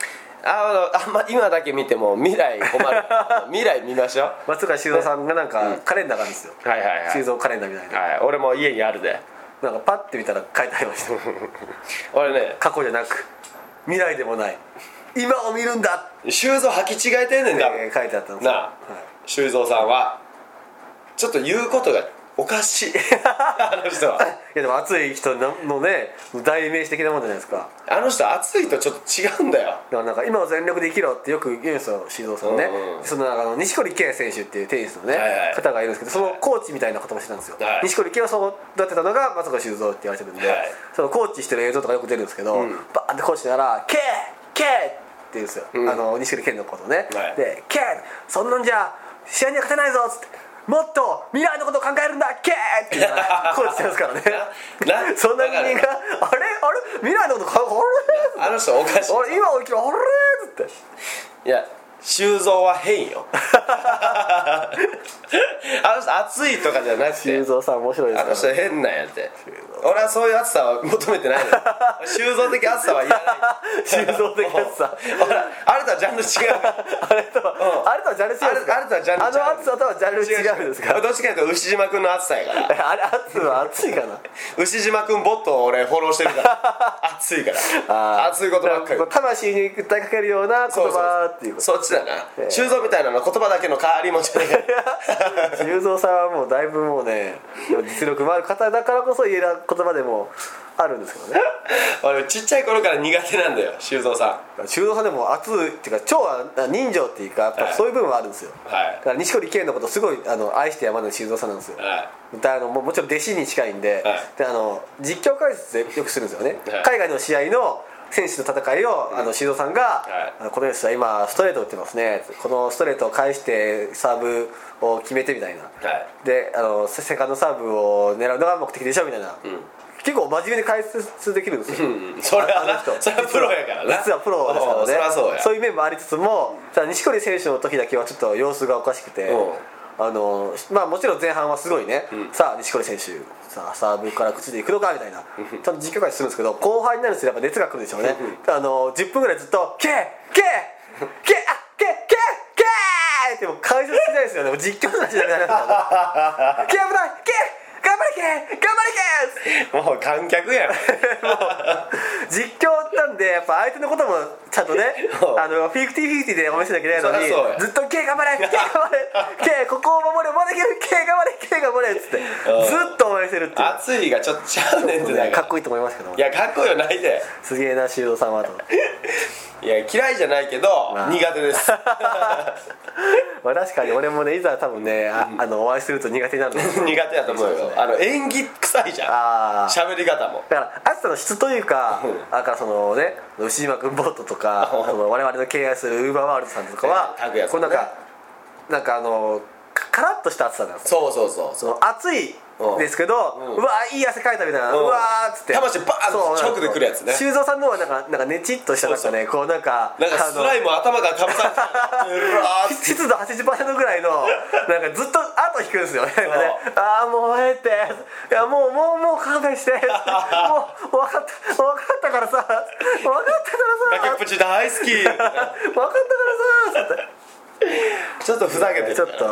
[SPEAKER 2] ああんま今だけ見ても未来困
[SPEAKER 3] *laughs*
[SPEAKER 2] る未来見ましょう
[SPEAKER 3] 松坂修造さんがなんかカレンダーがあるんですよ、
[SPEAKER 2] はいはいはい
[SPEAKER 3] 修造カレンダーみたいな
[SPEAKER 2] はい俺も家にあるで
[SPEAKER 3] なんかパッて見たら書いてありました
[SPEAKER 2] 俺ね
[SPEAKER 3] 過去じゃなく未来でもない今を見るんだっ
[SPEAKER 2] 修造履き違えてんねん
[SPEAKER 3] て
[SPEAKER 2] だ、
[SPEAKER 3] 書いてあったんですよ
[SPEAKER 2] なあ、修造さんはちょっと言うことがおかしい *laughs* あの人は
[SPEAKER 3] はい、いやでも熱い人ののね代名詞的なもんじゃないですか
[SPEAKER 2] あの人暑いとちょっと違うんだよ
[SPEAKER 3] だからなんか今を全力で生きろってよく言うんですよ修造さんね、
[SPEAKER 2] うんうん
[SPEAKER 3] そのあの錦織圭選手っていうテニスのね、
[SPEAKER 2] はいはい
[SPEAKER 3] 方がいるんですけどそのコーチみたいなこともしてたんですよ
[SPEAKER 2] はい
[SPEAKER 3] 錦織圭をそう育てたのが松岡修造って言われてるんで、
[SPEAKER 2] はい
[SPEAKER 3] そのコーチしてる映像とかよく出るんですけど、バーンってコーチなら「けーけー!」って言うんですよ、あの錦織圭のことね、
[SPEAKER 2] はい
[SPEAKER 3] で「けー!」そんなんじゃ試合には勝てないぞ」っつって。もっと未来のことを考えるんだけーっていう
[SPEAKER 2] *laughs*
[SPEAKER 3] のがコーチしてますからね
[SPEAKER 2] なな
[SPEAKER 3] そんな国が「あれ
[SPEAKER 2] だ
[SPEAKER 3] あれ未来のこと考える
[SPEAKER 2] あの人おかしい
[SPEAKER 3] 俺今起きろあれーっつって
[SPEAKER 2] いや修造は変よ *laughs* あの人暑いとかじゃなくて
[SPEAKER 3] 修造さん面白いで
[SPEAKER 2] あ
[SPEAKER 3] すか
[SPEAKER 2] の
[SPEAKER 3] ら
[SPEAKER 2] 人変なんやって俺はそういう暑さは求めてないのよ収蔵的暑さはいらない
[SPEAKER 3] 収蔵的暑さ
[SPEAKER 2] ほらあれとはジャンル違う
[SPEAKER 3] あれとは、
[SPEAKER 2] うん
[SPEAKER 3] あれとはジャンル違うんですか
[SPEAKER 2] あれあれとはジャンル違う
[SPEAKER 3] あの暑さとはジャンル違うんですか
[SPEAKER 2] どっちかというと牛島君の暑さやから
[SPEAKER 3] あれ暑は暑いかな
[SPEAKER 2] 牛島君ボットを俺フォローしてるから暑いから暑いことばっかり
[SPEAKER 3] なんかこう魂に訴えかけるような言
[SPEAKER 2] そうそう
[SPEAKER 3] 葉っていうこと
[SPEAKER 2] そっちだな
[SPEAKER 3] ええ
[SPEAKER 2] 修造みたいなのは言葉だけの変わり
[SPEAKER 3] *laughs*
[SPEAKER 2] もちないから
[SPEAKER 3] 修造さんはもうだいぶもうねでも実力もある方だからこそ言える言葉でもあるんですけどね
[SPEAKER 2] 俺ちっちゃい頃から苦手なんだよ修造さ
[SPEAKER 3] 修造さんでも熱いっていうか超あ人情っていうかやっぱそういう部分はあるんですよ、
[SPEAKER 2] はい
[SPEAKER 3] だから錦織圭のことすごいあの愛してやまない修造さんなんですよ、
[SPEAKER 2] んは
[SPEAKER 3] だあのももちろん弟子に近いんで,、
[SPEAKER 2] はい
[SPEAKER 3] であの実況解説でよくするんですよね、
[SPEAKER 2] はい
[SPEAKER 3] 海外の試合の選手の戦いを、あの修造さんが、
[SPEAKER 2] い
[SPEAKER 3] あのこの人は今ストレートを打ってますねこのストレートを返してサーブを決めてみたい
[SPEAKER 2] い
[SPEAKER 3] な、であのセセカンドサーブを狙うのが目的でしょみたいな、結構真面目に解説できるんですよ、
[SPEAKER 2] うんそれはな
[SPEAKER 3] あの人
[SPEAKER 2] それはプロやからな
[SPEAKER 3] 実はプロですからね
[SPEAKER 2] うんそりゃそうや
[SPEAKER 3] いう面もありつつもただ錦織選手の時だけはちょっと様子がおかしくて
[SPEAKER 2] うん
[SPEAKER 3] あのまあもちろん前半はすごいね、さあ錦織選手さあサーブから口でいくのかみたいなちゃんと実況解説するんですけど後半になるとやっぱ熱が来るでしょうねあの10分ぐらいずっと「けけけあけけけってもう解説しないですよねもう実況とかしなくなりますから *laughs* ねけ危ないけ頑張れけ頑張れけ
[SPEAKER 2] もう観客
[SPEAKER 3] *laughs*
[SPEAKER 2] やん
[SPEAKER 3] 実況なんでやっぱ相手のこともちゃんとね
[SPEAKER 2] そう
[SPEAKER 3] あのフィフティフィフティで応援しなきゃいけないのに
[SPEAKER 2] そりゃそうや
[SPEAKER 3] ずっと「K 頑張れ K 頑張れ K ここを守れまだいける K 頑張れ K 頑張れ」っつって
[SPEAKER 2] ん
[SPEAKER 3] ずっと応援してるっていう
[SPEAKER 2] 暑いがちょっとちゃうねんってだ
[SPEAKER 3] か
[SPEAKER 2] か
[SPEAKER 3] っ
[SPEAKER 2] ら
[SPEAKER 3] こいいと思いますけども
[SPEAKER 2] いやかっこよないです
[SPEAKER 3] げえな修造さんはと
[SPEAKER 2] いや嫌いじゃないけど
[SPEAKER 3] まあ
[SPEAKER 2] 苦手です
[SPEAKER 3] まあ確かに俺もねいざ多分ねああのお会いすると苦手になる
[SPEAKER 2] *laughs*
[SPEAKER 3] の
[SPEAKER 2] 苦手だと思う
[SPEAKER 3] *laughs* そう
[SPEAKER 2] よ
[SPEAKER 3] ですね
[SPEAKER 2] あの演技臭いじゃ
[SPEAKER 3] あ
[SPEAKER 2] ん
[SPEAKER 3] ー
[SPEAKER 2] 喋り方も
[SPEAKER 3] だから暑さの質というかだからそのね牛島君ボートとかその我々の敬愛するウーバーワールドさんとかは
[SPEAKER 2] ええ拓也さ
[SPEAKER 3] こ
[SPEAKER 2] ん
[SPEAKER 3] う
[SPEAKER 2] ね
[SPEAKER 3] なんかなんかあのカカラッとした暑さなんですよ
[SPEAKER 2] そうそうそう
[SPEAKER 3] その暑い
[SPEAKER 2] うん
[SPEAKER 3] ですけど、うわいい汗かいたみたいな、う
[SPEAKER 2] うん
[SPEAKER 3] わーっつって
[SPEAKER 2] 魂バーン
[SPEAKER 3] そう
[SPEAKER 2] 直で来るやつね
[SPEAKER 3] 修造さんの方はなんかなんかねちっとしたなんかねこうなんか
[SPEAKER 2] なんかスライム頭からかぶさってうわ
[SPEAKER 3] あの *laughs*
[SPEAKER 2] ーっ
[SPEAKER 3] 湿度80%ぐらいのなんかずっと後引くんですよなんかねああもうええっていやもうもうもう勘弁してもう分かった分かったからさ分かったか
[SPEAKER 2] 崖
[SPEAKER 3] ら
[SPEAKER 2] っ
[SPEAKER 3] さ
[SPEAKER 2] ぷち大好き
[SPEAKER 3] 分かったからさつっ
[SPEAKER 2] ちょっとふざけて
[SPEAKER 3] て
[SPEAKER 2] る
[SPEAKER 3] ちょっと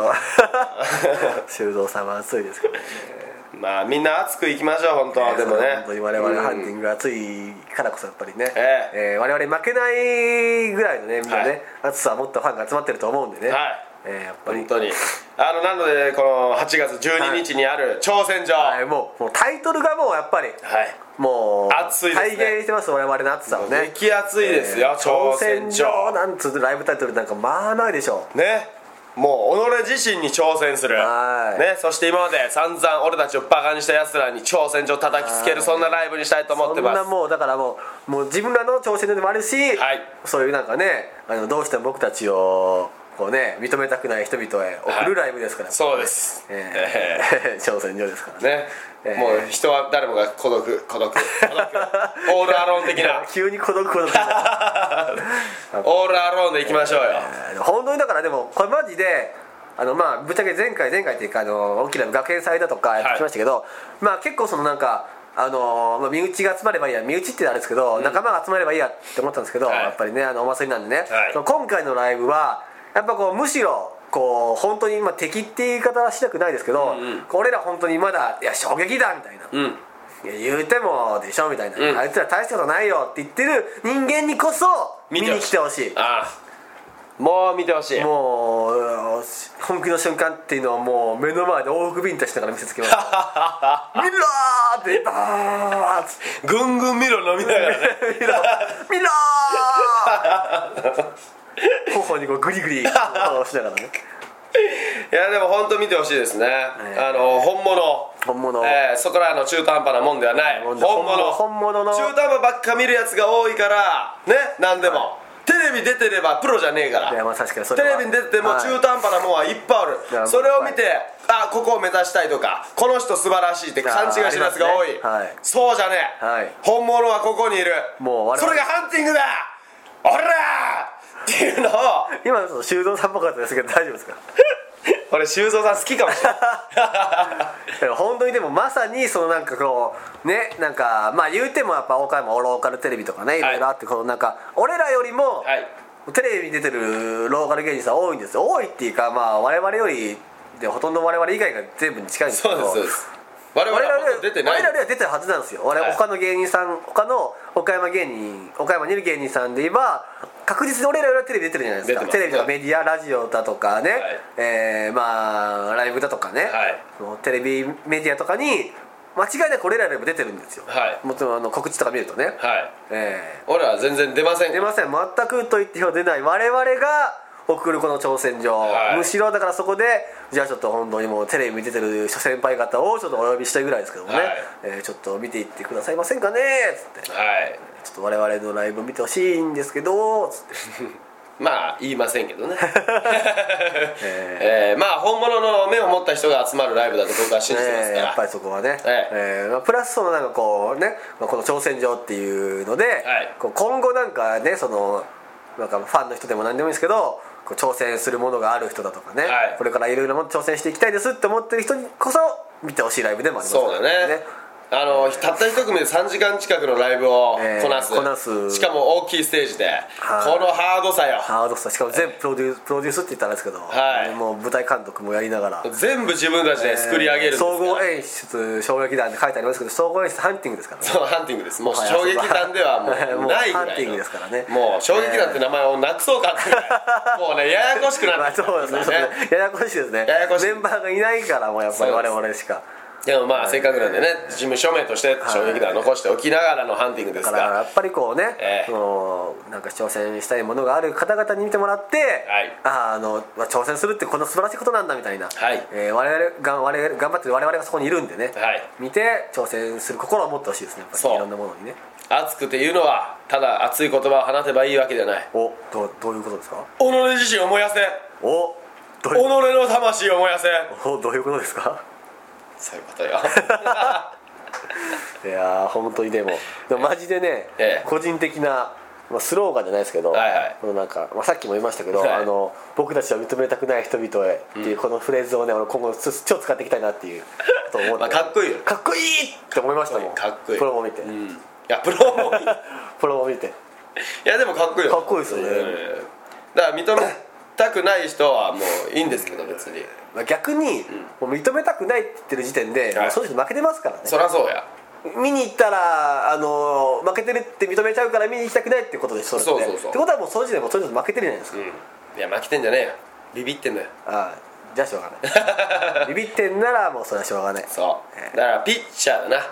[SPEAKER 3] 修造さんは暑いですけどね
[SPEAKER 2] まあみんな熱くいきましょう本当はでもね
[SPEAKER 3] 本当に我々ハン
[SPEAKER 2] うん
[SPEAKER 3] ティングが熱いからこそやっぱりね、
[SPEAKER 2] ええ
[SPEAKER 3] えー我々負けないぐらいのねみんなね、
[SPEAKER 2] はい
[SPEAKER 3] 熱さを持ったファンが集まってると思うんでね、
[SPEAKER 2] はい
[SPEAKER 3] えーやっぱり
[SPEAKER 2] 本当にあのなのでこの8月12日にある挑戦状
[SPEAKER 3] はい、もうもうタイトルがもうやっぱり
[SPEAKER 2] はい
[SPEAKER 3] もう
[SPEAKER 2] 熱いですね
[SPEAKER 3] 体現してます我々の熱さをね
[SPEAKER 2] 激熱いですよ
[SPEAKER 3] えー
[SPEAKER 2] 挑
[SPEAKER 3] 挑
[SPEAKER 2] 戦
[SPEAKER 3] 戦
[SPEAKER 2] 状
[SPEAKER 3] 状なんつうライブタイトルなんかまあないでしょう
[SPEAKER 2] ねもう己自身に挑戦する、
[SPEAKER 3] はい
[SPEAKER 2] ね、そして今まで散々俺たちをバカにした奴らに挑戦状叩きつけるそんなライブにしたいと思って
[SPEAKER 3] そん
[SPEAKER 2] ます
[SPEAKER 3] なもうだからもうもう自分らの挑戦でもあるし、
[SPEAKER 2] はい
[SPEAKER 3] そういうなんかねあのどうしても僕たちをこうね認めたくない人々へ送るライブですから、
[SPEAKER 2] そうです、
[SPEAKER 3] え
[SPEAKER 2] え
[SPEAKER 3] ー *laughs* 挑戦状ですから
[SPEAKER 2] ーね
[SPEAKER 3] えー
[SPEAKER 2] もう人は誰もが孤独孤
[SPEAKER 3] *laughs*
[SPEAKER 2] 独孤独オールアローン的な
[SPEAKER 3] 急に孤独孤独になる
[SPEAKER 2] オールアローンでいきましょうよ
[SPEAKER 3] あの本当にだからでもこれマジであのまあぶっちゃけ前回前回っていうかあの大きな学園祭だとかやってきましたけど、まあ結構そのなんかあのまあ身内が集まればいいや身内ってあれですけど、仲間が集まればいいやって思ったんですけど、
[SPEAKER 2] はい
[SPEAKER 3] やっぱりねあのお祭りなんでね、
[SPEAKER 2] はい
[SPEAKER 3] その今回のライブはやっぱこうむしろこう本当に今敵っていう言い方はしたくないですけど、俺ら本当にまだいや衝撃だみたいな、
[SPEAKER 2] うん
[SPEAKER 3] いや言うてもでしょみたいな、
[SPEAKER 2] うん
[SPEAKER 3] あいつら大したことないよって言ってる人間にこそ見に来てほしい
[SPEAKER 2] ああもう見てほしい
[SPEAKER 3] もううん本気の瞬間っていうのはもう目の前で往復ビンタしな *laughs* がら見せつけます見ろーってバーッつって
[SPEAKER 2] ぐんぐん見ろ飲みながらね
[SPEAKER 3] *laughs* 見ろ見ろー頬にこうグリグリこうしながらね
[SPEAKER 2] いやでも本当見てほしいですね、
[SPEAKER 3] え
[SPEAKER 2] あの本物
[SPEAKER 3] 本物
[SPEAKER 2] ええそこらの中途半端なもんではない本
[SPEAKER 3] 本
[SPEAKER 2] 物
[SPEAKER 3] 物本物の
[SPEAKER 2] 中途半端ばっか見るやつが多いからね何でも、テレビ出てればプロじゃねえから
[SPEAKER 3] いやまあ確かにそ
[SPEAKER 2] テ
[SPEAKER 3] れは
[SPEAKER 2] レビに出てても
[SPEAKER 3] はい
[SPEAKER 2] 中途半端なもんはいっぱい
[SPEAKER 3] い
[SPEAKER 2] あ
[SPEAKER 3] やも
[SPEAKER 2] る
[SPEAKER 3] う
[SPEAKER 2] それを見てあここを目指したいとかこの人素晴らしいって勘違いしてるやつが多い
[SPEAKER 3] いやありますねは
[SPEAKER 2] そ
[SPEAKER 3] い
[SPEAKER 2] うじゃねえ、
[SPEAKER 3] はい
[SPEAKER 2] 本物はここにいる
[SPEAKER 3] もう我々
[SPEAKER 2] それがハンティングだおらーっていうのを
[SPEAKER 3] *laughs* 今のその修造さんっぽかったですけど大丈夫ですか
[SPEAKER 2] 俺修造さん好きかもしれない
[SPEAKER 3] だから *laughs* 本当にでもまさにそのなんかこうねなんかまあ言うてもやっぱ岡山ローカルテレビとかねいろいろあってこのなんか俺らよりも
[SPEAKER 2] はい
[SPEAKER 3] テレビに出てるローカル芸人さん多いんですよ多いっていうかまあ我々よりでほとんど我々以外が全部に近いんですけ
[SPEAKER 2] そう
[SPEAKER 3] ど
[SPEAKER 2] ですそうです我々
[SPEAKER 3] 我々
[SPEAKER 2] は
[SPEAKER 3] よ
[SPEAKER 2] 本当出て
[SPEAKER 3] り
[SPEAKER 2] ない
[SPEAKER 3] 我々は出てるはずなんですよ我々
[SPEAKER 2] はい
[SPEAKER 3] 他の芸人さん他の岡山芸人岡山にいる芸人さんで言えば確実に俺らよりはテレビ出てるじゃないですか
[SPEAKER 2] 出てます
[SPEAKER 3] テレビとかメディアラジオだとかね、えーまあライブだとかね、
[SPEAKER 2] はい
[SPEAKER 3] そのテレビメディアとかに間違いなく俺らよりも出てるんですよ、
[SPEAKER 2] はい
[SPEAKER 3] もちろんあの告知とか見るとね、
[SPEAKER 2] はい
[SPEAKER 3] えー
[SPEAKER 2] 俺らは全然出ません
[SPEAKER 3] 出ません全くと言っても出ない我々が送るこの挑戦状、
[SPEAKER 2] はい
[SPEAKER 3] むしろだからそこでじゃあちょっと本当にもうテレビ見ててる諸先輩方をちょっとお呼びしたいぐらいですけどもね、
[SPEAKER 2] はい
[SPEAKER 3] えーちょっと見ていってくださいませんかねつって
[SPEAKER 2] はい
[SPEAKER 3] ちょっと我々のライブ見てほしいんですけどつって
[SPEAKER 2] まあ言いませんけ
[SPEAKER 3] *laughs*
[SPEAKER 2] どね *laughs*
[SPEAKER 3] え
[SPEAKER 2] えーまあ本物の目を持った人が集まるライブだと僕は信じてます
[SPEAKER 3] え
[SPEAKER 2] か
[SPEAKER 3] ー
[SPEAKER 2] ら、
[SPEAKER 3] やっぱりそこはね、
[SPEAKER 2] え
[SPEAKER 3] えーまあプラスそのなんかこうね、まあこの挑戦状っていうので、
[SPEAKER 2] い
[SPEAKER 3] こう今後なんかねそのなんかファンの人でも何でもいいんですけどこう挑戦するものがある人だとかね、
[SPEAKER 2] はい
[SPEAKER 3] これからいろいろなもの挑戦していきたいですって思ってる人にこそ見てほしいライブでもあります
[SPEAKER 2] そうだねあのたった一組で3時間近くのライブを
[SPEAKER 3] えー
[SPEAKER 2] こなす,、
[SPEAKER 3] こなす
[SPEAKER 2] しかも大きいステージで、
[SPEAKER 3] はい
[SPEAKER 2] このハードさよ
[SPEAKER 3] ハードさしかも全部プロデュースプロデュースって言ったらあれですけど、
[SPEAKER 2] はい
[SPEAKER 3] もう舞台監督もやりながら
[SPEAKER 2] 全部自分たちで作り上げるんですから
[SPEAKER 3] 総合演出衝撃団って書いてありますけど総合演出ハンティングですからね
[SPEAKER 2] そうハンティングですもう
[SPEAKER 3] はい
[SPEAKER 2] 衝撃弾ではも
[SPEAKER 3] *laughs* も
[SPEAKER 2] う
[SPEAKER 3] う
[SPEAKER 2] ないぐらいの
[SPEAKER 3] ハンティングですからね
[SPEAKER 2] もう衝撃弾って名前をなくそうかってぐらい
[SPEAKER 3] *laughs*
[SPEAKER 2] もうねややこしく
[SPEAKER 3] ま
[SPEAKER 2] な
[SPEAKER 3] あ
[SPEAKER 2] ってき
[SPEAKER 3] そう
[SPEAKER 2] た
[SPEAKER 3] で
[SPEAKER 2] ん
[SPEAKER 3] す
[SPEAKER 2] だ
[SPEAKER 3] ね
[SPEAKER 2] よ
[SPEAKER 3] そう
[SPEAKER 2] ね
[SPEAKER 3] ですねややこしいですね
[SPEAKER 2] ややこしい
[SPEAKER 3] メンバーがいないからもうやっぱり
[SPEAKER 2] そうで
[SPEAKER 3] 我
[SPEAKER 2] す
[SPEAKER 3] 々しか
[SPEAKER 2] でもまあせっかくなんでね事務所名として衝撃弾を残しておきながらのハンティングで
[SPEAKER 3] だ
[SPEAKER 2] す
[SPEAKER 3] か
[SPEAKER 2] が
[SPEAKER 3] らやっぱりこうね、
[SPEAKER 2] ええ
[SPEAKER 3] そのなんか挑戦したいものがある方々に見てもらって、
[SPEAKER 2] はい
[SPEAKER 3] ああのまあ挑戦するってこんな素晴らしいことなんだみたいな、
[SPEAKER 2] はい
[SPEAKER 3] えー我々が我々頑張ってる我々がそこにいるんでね、
[SPEAKER 2] はい
[SPEAKER 3] 見て挑戦する心を持ってほしいですねやっぱ
[SPEAKER 2] そう
[SPEAKER 3] りいろんなものにね
[SPEAKER 2] 熱くて言うのはただ熱い言葉を放てばいいわけじゃない
[SPEAKER 3] おどうどういうことですか
[SPEAKER 2] 己自身を燃やせ
[SPEAKER 3] おどう
[SPEAKER 2] 己
[SPEAKER 3] いう
[SPEAKER 2] の魂を燃やせ
[SPEAKER 3] おどういうことですか
[SPEAKER 2] そういう
[SPEAKER 3] *laughs*
[SPEAKER 2] ことよ
[SPEAKER 3] いやー本当にでもでもマジでね、
[SPEAKER 2] ええ
[SPEAKER 3] 個人的な、まあ、スローガンじゃないですけど、
[SPEAKER 2] はいはい
[SPEAKER 3] このなんか、まあ、さっきも言いましたけど、
[SPEAKER 2] はい
[SPEAKER 3] あの僕たちは認めたくない人々へっていうこのフレーズをね俺今後つ超使っていきたいなっていうと思って、
[SPEAKER 2] まあかっこいいよ
[SPEAKER 3] かっこいいって思いましたもん
[SPEAKER 2] かっこいい
[SPEAKER 3] プロも見て、
[SPEAKER 2] うんいやプロもいい
[SPEAKER 3] *laughs* プロも見て
[SPEAKER 2] いやでもかっこいいよ
[SPEAKER 3] かっこいいですよね
[SPEAKER 2] うんだから認めたくない人はもういいんですけど別に
[SPEAKER 3] まあ逆に、もう認めたくないって言ってる時点で、
[SPEAKER 2] はい
[SPEAKER 3] その人負けてますからね
[SPEAKER 2] そりゃそうや
[SPEAKER 3] 見に行ったらあの負けてるって認めちゃうから見に行きたくないってことでしょれって
[SPEAKER 2] そうそうそう
[SPEAKER 3] ってことはもうその時点でもうその人負けてるじゃないですか、
[SPEAKER 2] うんいや負けてんじゃねえよビビってんのよ
[SPEAKER 3] ああじゃあしょうが *laughs* ないビビってんならもうそれはしょうがない
[SPEAKER 2] そうだからピッチャーだな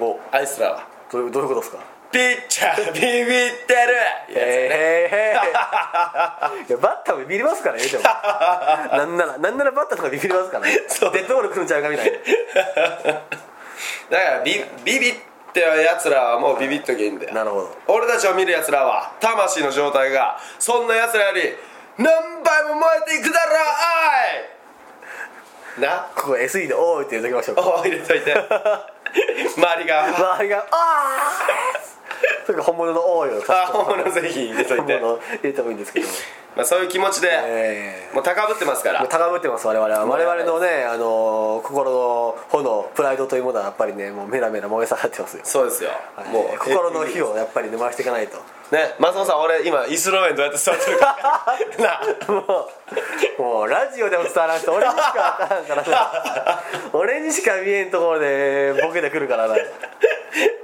[SPEAKER 3] お
[SPEAKER 2] あいつらは
[SPEAKER 3] どういうどういうことですか
[SPEAKER 2] ピッチャービビってるいや
[SPEAKER 3] えー、へーへ *laughs* ーいやバッターもビビりますからね *laughs* でもなんならなんならバッターとかビビりますからね
[SPEAKER 2] そう
[SPEAKER 3] デッドボール来るんちゃうかみたいな
[SPEAKER 2] だからビビビってやつらはもうビビっとけんだよ
[SPEAKER 3] *laughs* なるほど
[SPEAKER 2] 俺たちを見るやつらは魂の状態がそんなやつらより何倍も燃えていくだろうおいな
[SPEAKER 3] ここ SE で「おーい」って言うときましょうか
[SPEAKER 2] お入れといて *laughs* 周りが
[SPEAKER 3] 周りが「あーい」それか本物の「おーい」を
[SPEAKER 2] あ本物ぜひ入れとい
[SPEAKER 3] 本
[SPEAKER 2] て、
[SPEAKER 3] 物入れた方がいいんですけ *laughs* ど
[SPEAKER 2] まあ、そういう気持ちで、
[SPEAKER 3] え
[SPEAKER 2] もう高ぶってますか
[SPEAKER 3] ーも
[SPEAKER 2] ら
[SPEAKER 3] う高ぶってます我々は我々のね、あのー心の炎プライドというものはやっぱりねもうメラメラ燃え下がってますよ
[SPEAKER 2] そうですよ、
[SPEAKER 3] はい
[SPEAKER 2] もう
[SPEAKER 3] 心の
[SPEAKER 2] え
[SPEAKER 3] 火をやっぱりね回していかないと *laughs*
[SPEAKER 2] ね松本さん俺今椅子の上にどうやって座ってるか
[SPEAKER 3] *laughs*
[SPEAKER 2] な
[SPEAKER 3] もうもうラジオでも伝わらんと俺にしか分からんからな
[SPEAKER 2] *laughs*
[SPEAKER 3] 俺にしか見えんところでボケてくるからな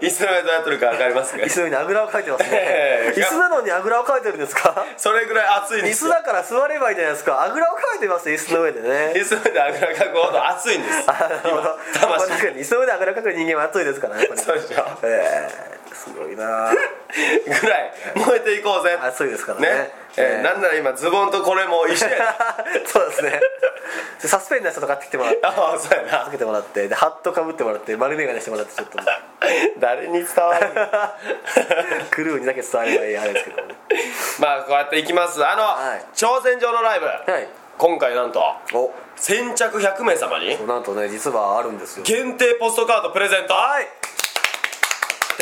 [SPEAKER 2] 椅子の上どうやってるか分かりますか
[SPEAKER 3] 椅子の上にあぐらをかいてますね
[SPEAKER 2] *laughs* ええ
[SPEAKER 3] 椅子なのにあぐらをかいてるんです
[SPEAKER 2] *laughs*
[SPEAKER 3] か
[SPEAKER 2] それぐらい暑いん
[SPEAKER 3] 椅
[SPEAKER 2] です
[SPEAKER 3] 子
[SPEAKER 2] よ
[SPEAKER 3] だから座ればいいじゃないですかあぐらをかいてますよ椅子の上でね
[SPEAKER 2] 椅子の上であぐらかくほど暑いんです
[SPEAKER 3] あのまあ
[SPEAKER 2] 魂
[SPEAKER 3] 確かに椅子の上であぐらかく人間は熱いですからねやっぱり
[SPEAKER 2] そうでしょ
[SPEAKER 3] ええすごいな
[SPEAKER 2] *laughs* ぐらい燃えていこうぜ
[SPEAKER 3] 熱いですからね
[SPEAKER 2] ねえ
[SPEAKER 3] ええ
[SPEAKER 2] ーなんなら今ズボンとこれも一
[SPEAKER 3] *laughs*
[SPEAKER 2] 緒や
[SPEAKER 3] そうですねサスペンダーちょっと買ってきてもらって
[SPEAKER 2] ああそうや
[SPEAKER 3] か
[SPEAKER 2] な
[SPEAKER 3] けてもらってでハットかぶってもらって丸眼鏡してもらってちょ
[SPEAKER 2] *laughs*
[SPEAKER 3] っと
[SPEAKER 2] 誰に伝わ
[SPEAKER 3] *laughs*
[SPEAKER 2] る
[SPEAKER 3] クルーにだけ伝わればいいあれですけどね
[SPEAKER 2] まあこうやっていきますあの、
[SPEAKER 3] はい
[SPEAKER 2] 挑戦状のライブ、
[SPEAKER 3] はい
[SPEAKER 2] 今回なんと
[SPEAKER 3] お
[SPEAKER 2] 先着100名様に
[SPEAKER 3] なんとね実はあるんですよ
[SPEAKER 2] 限定ポストカードプレゼント
[SPEAKER 3] はい
[SPEAKER 2] って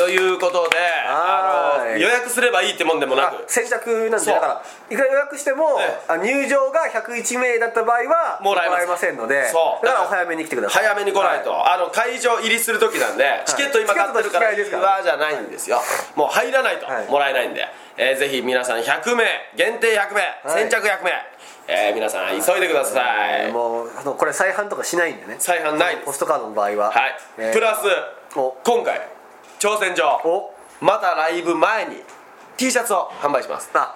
[SPEAKER 2] ということで
[SPEAKER 3] は
[SPEAKER 2] あ
[SPEAKER 3] ーい
[SPEAKER 2] の予約すればいいってもんでもな
[SPEAKER 3] あ
[SPEAKER 2] く
[SPEAKER 3] 先着なん
[SPEAKER 2] そ
[SPEAKER 3] で
[SPEAKER 2] う
[SPEAKER 3] だからいくら予約しても、
[SPEAKER 2] え
[SPEAKER 3] あ入場が101名だった場合は
[SPEAKER 2] もらえます
[SPEAKER 3] えませんので
[SPEAKER 2] そう
[SPEAKER 3] だからお早めに来てください
[SPEAKER 2] 早めに来ないと、あの会場入りする時なんで、チケット今買ってるから
[SPEAKER 3] チケットと引き換えですから
[SPEAKER 2] わーじゃないんですよもう入らない
[SPEAKER 3] はい
[SPEAKER 2] ともらえないんで、えーぜひ皆さん100名限定100名、
[SPEAKER 3] は
[SPEAKER 2] 先
[SPEAKER 3] い
[SPEAKER 2] 着100名、えー皆さん急いでください、
[SPEAKER 3] えーもうあのこれ再販とかしないんでね
[SPEAKER 2] 再販ないです
[SPEAKER 3] ポストカードの場合は
[SPEAKER 2] はい、
[SPEAKER 3] えー
[SPEAKER 2] プラス
[SPEAKER 3] お
[SPEAKER 2] 今回挑戦状
[SPEAKER 3] お
[SPEAKER 2] またライブ前に T シャツを販売します
[SPEAKER 3] あ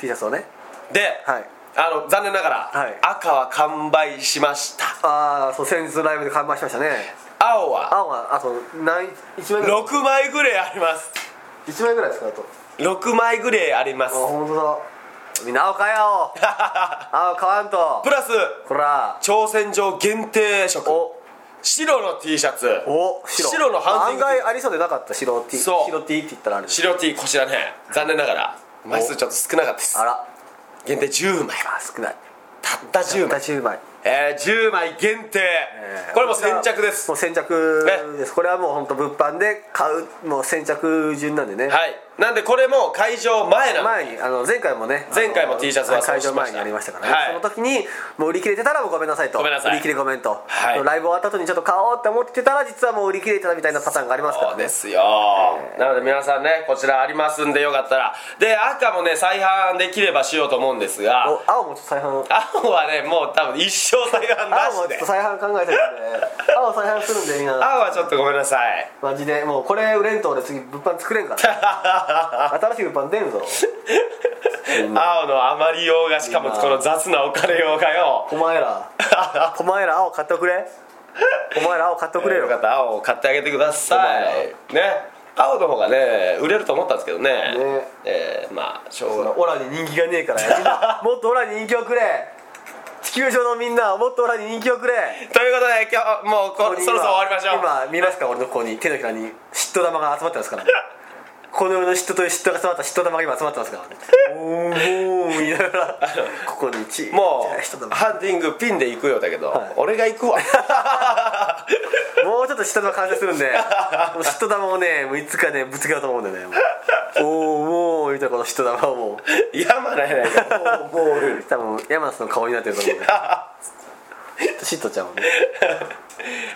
[SPEAKER 3] T シャツをね
[SPEAKER 2] で、
[SPEAKER 3] はい
[SPEAKER 2] あの残念ながら、
[SPEAKER 3] はい
[SPEAKER 2] 赤は完売しました
[SPEAKER 3] ああそう先日のライブで完売しましたね
[SPEAKER 2] 青は
[SPEAKER 3] 青があと何1枚ぐらい
[SPEAKER 2] 6枚ぐらいあります
[SPEAKER 3] 1枚ぐらいですかあと
[SPEAKER 2] 6枚ぐらいありま
[SPEAKER 3] あ
[SPEAKER 2] す
[SPEAKER 3] 本当だみんな青買
[SPEAKER 2] *laughs*
[SPEAKER 3] えよ青買わんと
[SPEAKER 2] プラス
[SPEAKER 3] こら
[SPEAKER 2] 挑戦状限定色
[SPEAKER 3] お
[SPEAKER 2] 白の T シャツ
[SPEAKER 3] お白
[SPEAKER 2] 白のハンティン
[SPEAKER 3] 案
[SPEAKER 2] グ
[SPEAKER 3] 外ありそうでなかった白 T
[SPEAKER 2] そう
[SPEAKER 3] 白 T って言ったらある
[SPEAKER 2] 白 T こちらね残念ながら枚数ちょっと少なかったです
[SPEAKER 3] あら
[SPEAKER 2] 限定10枚
[SPEAKER 3] あ少ない
[SPEAKER 2] たった10枚
[SPEAKER 3] 10枚
[SPEAKER 2] えー、10枚限定、
[SPEAKER 3] えー
[SPEAKER 2] これも先着です
[SPEAKER 3] もう先着ですこれはもう本当物販で買うもう先着順なんでね、
[SPEAKER 2] はいなんでこれも会場前なんで
[SPEAKER 3] 前にあの前回もね
[SPEAKER 2] 前回も
[SPEAKER 3] あの
[SPEAKER 2] T シャツは
[SPEAKER 3] 会
[SPEAKER 2] そう
[SPEAKER 3] 場
[SPEAKER 2] しました
[SPEAKER 3] 前にありましたからね、
[SPEAKER 2] はい
[SPEAKER 3] その時にもう売り切れてたらもうごめんなさいと
[SPEAKER 2] ごめんなさい
[SPEAKER 3] 売り切れごめんと、
[SPEAKER 2] はい
[SPEAKER 3] ライブ終わった後にちょっと買おうって思ってたら実はもう売り切れてたみたいなパターンがありますか
[SPEAKER 2] そ
[SPEAKER 3] ら
[SPEAKER 2] う
[SPEAKER 3] ね
[SPEAKER 2] ですよ、なので皆さんねこちらありますんでよかったらで赤もね再販できればしようと思うんですが
[SPEAKER 3] お青もちょっと再販
[SPEAKER 2] 青はねもう多分一生再販な
[SPEAKER 3] 青も
[SPEAKER 2] しで
[SPEAKER 3] ちょっと再販考えてるんで青再販するんでみんな
[SPEAKER 2] *laughs* 青はちょっとごめんなさい
[SPEAKER 3] マジでもうこれ売れんと俺次物販作れんから
[SPEAKER 2] *laughs*
[SPEAKER 3] 新しい物販出るぞ
[SPEAKER 2] 青の余りようがしかもこの雑なお金ようが *laughs* よ
[SPEAKER 3] お前らお前ら青買っておくれお前ら青買っておくれよ
[SPEAKER 2] よかったら青を買ってあげてくださいね青の方がね売れると思ったんですけどね
[SPEAKER 3] ね
[SPEAKER 2] えーまあしょうが
[SPEAKER 3] オラに人気がねえからみん
[SPEAKER 2] *laughs*
[SPEAKER 3] なもっとオラに人気をくれ地球上のみんなもっとオラに人気をくれ
[SPEAKER 2] ということで今日もうこ
[SPEAKER 3] ここに
[SPEAKER 2] そろそろ終わりましょう
[SPEAKER 3] 今見ますか俺のここに手のひらに嫉妬玉が集まってま
[SPEAKER 2] *laughs*
[SPEAKER 3] すからねこの世の嫉妬という嫉妬が集まった嫉妬玉が今集まってますからねおーおー言いながらここにち
[SPEAKER 2] も
[SPEAKER 3] ちっちゃい嫉
[SPEAKER 2] う
[SPEAKER 3] 妬玉
[SPEAKER 2] ハンティングピンで行くようだけど、
[SPEAKER 3] はい
[SPEAKER 2] 俺が行 *laughs* くわ
[SPEAKER 3] もうちょっと嫉妬玉完成するんでもう嫉妬玉をねもういつかねぶつけようと思うんでね
[SPEAKER 2] *laughs*
[SPEAKER 3] もうおーおー言うたこの嫉妬玉をもう
[SPEAKER 2] 山ないない *laughs* から
[SPEAKER 3] 多分山田さんの顔になってる
[SPEAKER 2] *laughs*
[SPEAKER 3] と思うんでシットちゃんもね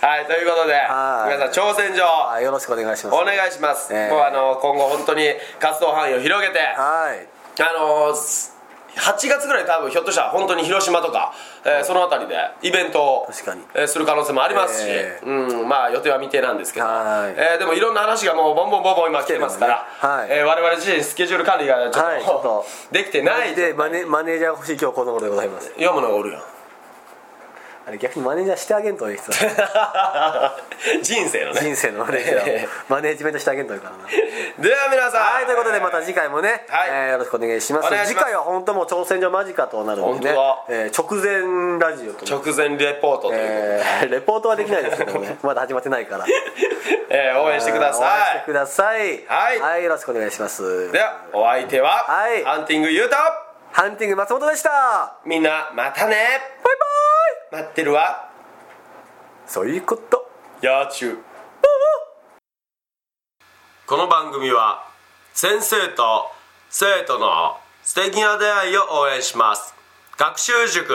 [SPEAKER 2] はいということで
[SPEAKER 3] はい
[SPEAKER 2] 皆さん挑戦状
[SPEAKER 3] あよろしくお願いします
[SPEAKER 2] お願いします、
[SPEAKER 3] ええ
[SPEAKER 2] もうあの今後本当に活動範囲を広げてあ
[SPEAKER 3] はい
[SPEAKER 2] の8月ぐらいに多分ひょっとしたら本当に広島とか、えーその辺りでイベントを
[SPEAKER 3] 確かに
[SPEAKER 2] えーする可能性もありますし、
[SPEAKER 3] ええ
[SPEAKER 2] うん、まあ予定は未定なんですけど、
[SPEAKER 3] はい
[SPEAKER 2] えーでもいろんな話がもうボンボンボンボン今来てますから、
[SPEAKER 3] 来てるのねはい
[SPEAKER 2] えー我々自身スケジュール管理がちょっと,、
[SPEAKER 3] はいちょっと
[SPEAKER 2] できてない
[SPEAKER 3] でマネマネージャーが欲しい今日この頃でございます
[SPEAKER 2] 読むのがおるやん
[SPEAKER 3] あれ逆にマネージャーしてあげんと
[SPEAKER 2] *laughs*
[SPEAKER 3] いい人だ
[SPEAKER 2] 人生のね
[SPEAKER 3] 人生のマネージャーをマネージメントしてあげんといいからなは
[SPEAKER 2] で *laughs* は皆さん
[SPEAKER 3] いということでまた次回もね、
[SPEAKER 2] はい
[SPEAKER 3] えーよろしくお願いします
[SPEAKER 2] お願いします
[SPEAKER 3] 次回は本当もう挑戦状間近となるので、ね
[SPEAKER 2] 本当
[SPEAKER 3] えー直前ラジオという
[SPEAKER 2] 直前レポートという
[SPEAKER 3] えーレポートはできないですけども
[SPEAKER 2] *laughs*
[SPEAKER 3] ねまだ始まってないから
[SPEAKER 2] えー応援してくだ
[SPEAKER 3] 応援し
[SPEAKER 2] さ
[SPEAKER 3] てください
[SPEAKER 2] はい
[SPEAKER 3] はい、よろしくお願いします
[SPEAKER 2] いではお相手は、
[SPEAKER 3] はい
[SPEAKER 2] ハンティングユータ
[SPEAKER 3] ハンティング松本でした
[SPEAKER 2] みんなまたね
[SPEAKER 3] バイバ
[SPEAKER 2] 待ってるわ
[SPEAKER 3] イそういうこと
[SPEAKER 2] やーちゅうこの番組は先生と生徒の素敵な出会いを応援します学習塾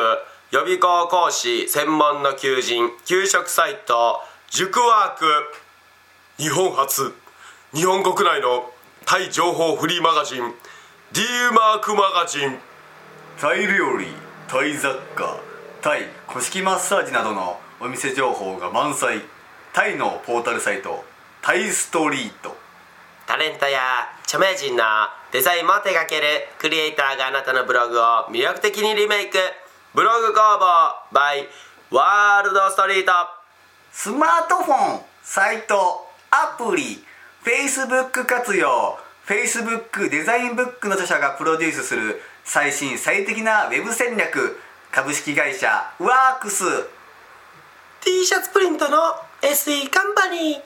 [SPEAKER 2] 予備校講師専門の求人給食サイト塾ワーク日本初日本国内のタイ情報フリーマガジン D マークマガジン
[SPEAKER 4] タイ料理タイ雑貨タイ古式マッサージなどのお店情報が満載タイのポータルサイトタイストリート
[SPEAKER 2] タレントや著名人のデザインも手掛けるクリエイターがあなたのブログを魅力的にリメイクブログ工房 by ワールドストリート
[SPEAKER 4] スマートフォンサイトアプリ Facebook 活用 Facebook デザインブックの著者がプロデュースする最新最適なウェブ戦略株式会社ワークス
[SPEAKER 2] T シャツプリントの SE カンパニー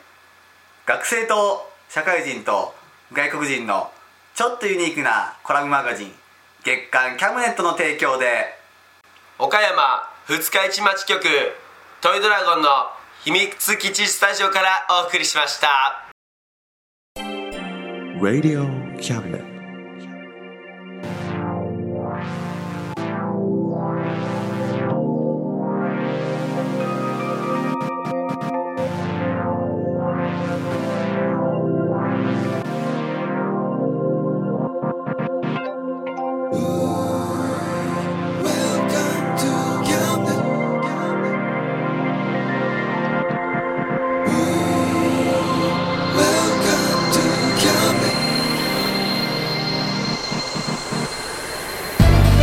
[SPEAKER 4] 学生と社会人と外国人のちょっとユニークなコラムマガジン月刊キャムネットの提供で
[SPEAKER 2] 岡山二日市町局トイドラゴンの秘密基地スタジオからお送りしました
[SPEAKER 1] Radio Cabinet.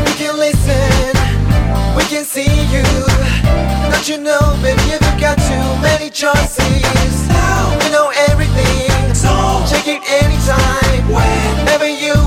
[SPEAKER 5] We can listen, we can see you. Don't you know, baby, you've got too many choices. Now we know everything, so check it anytime, whenever you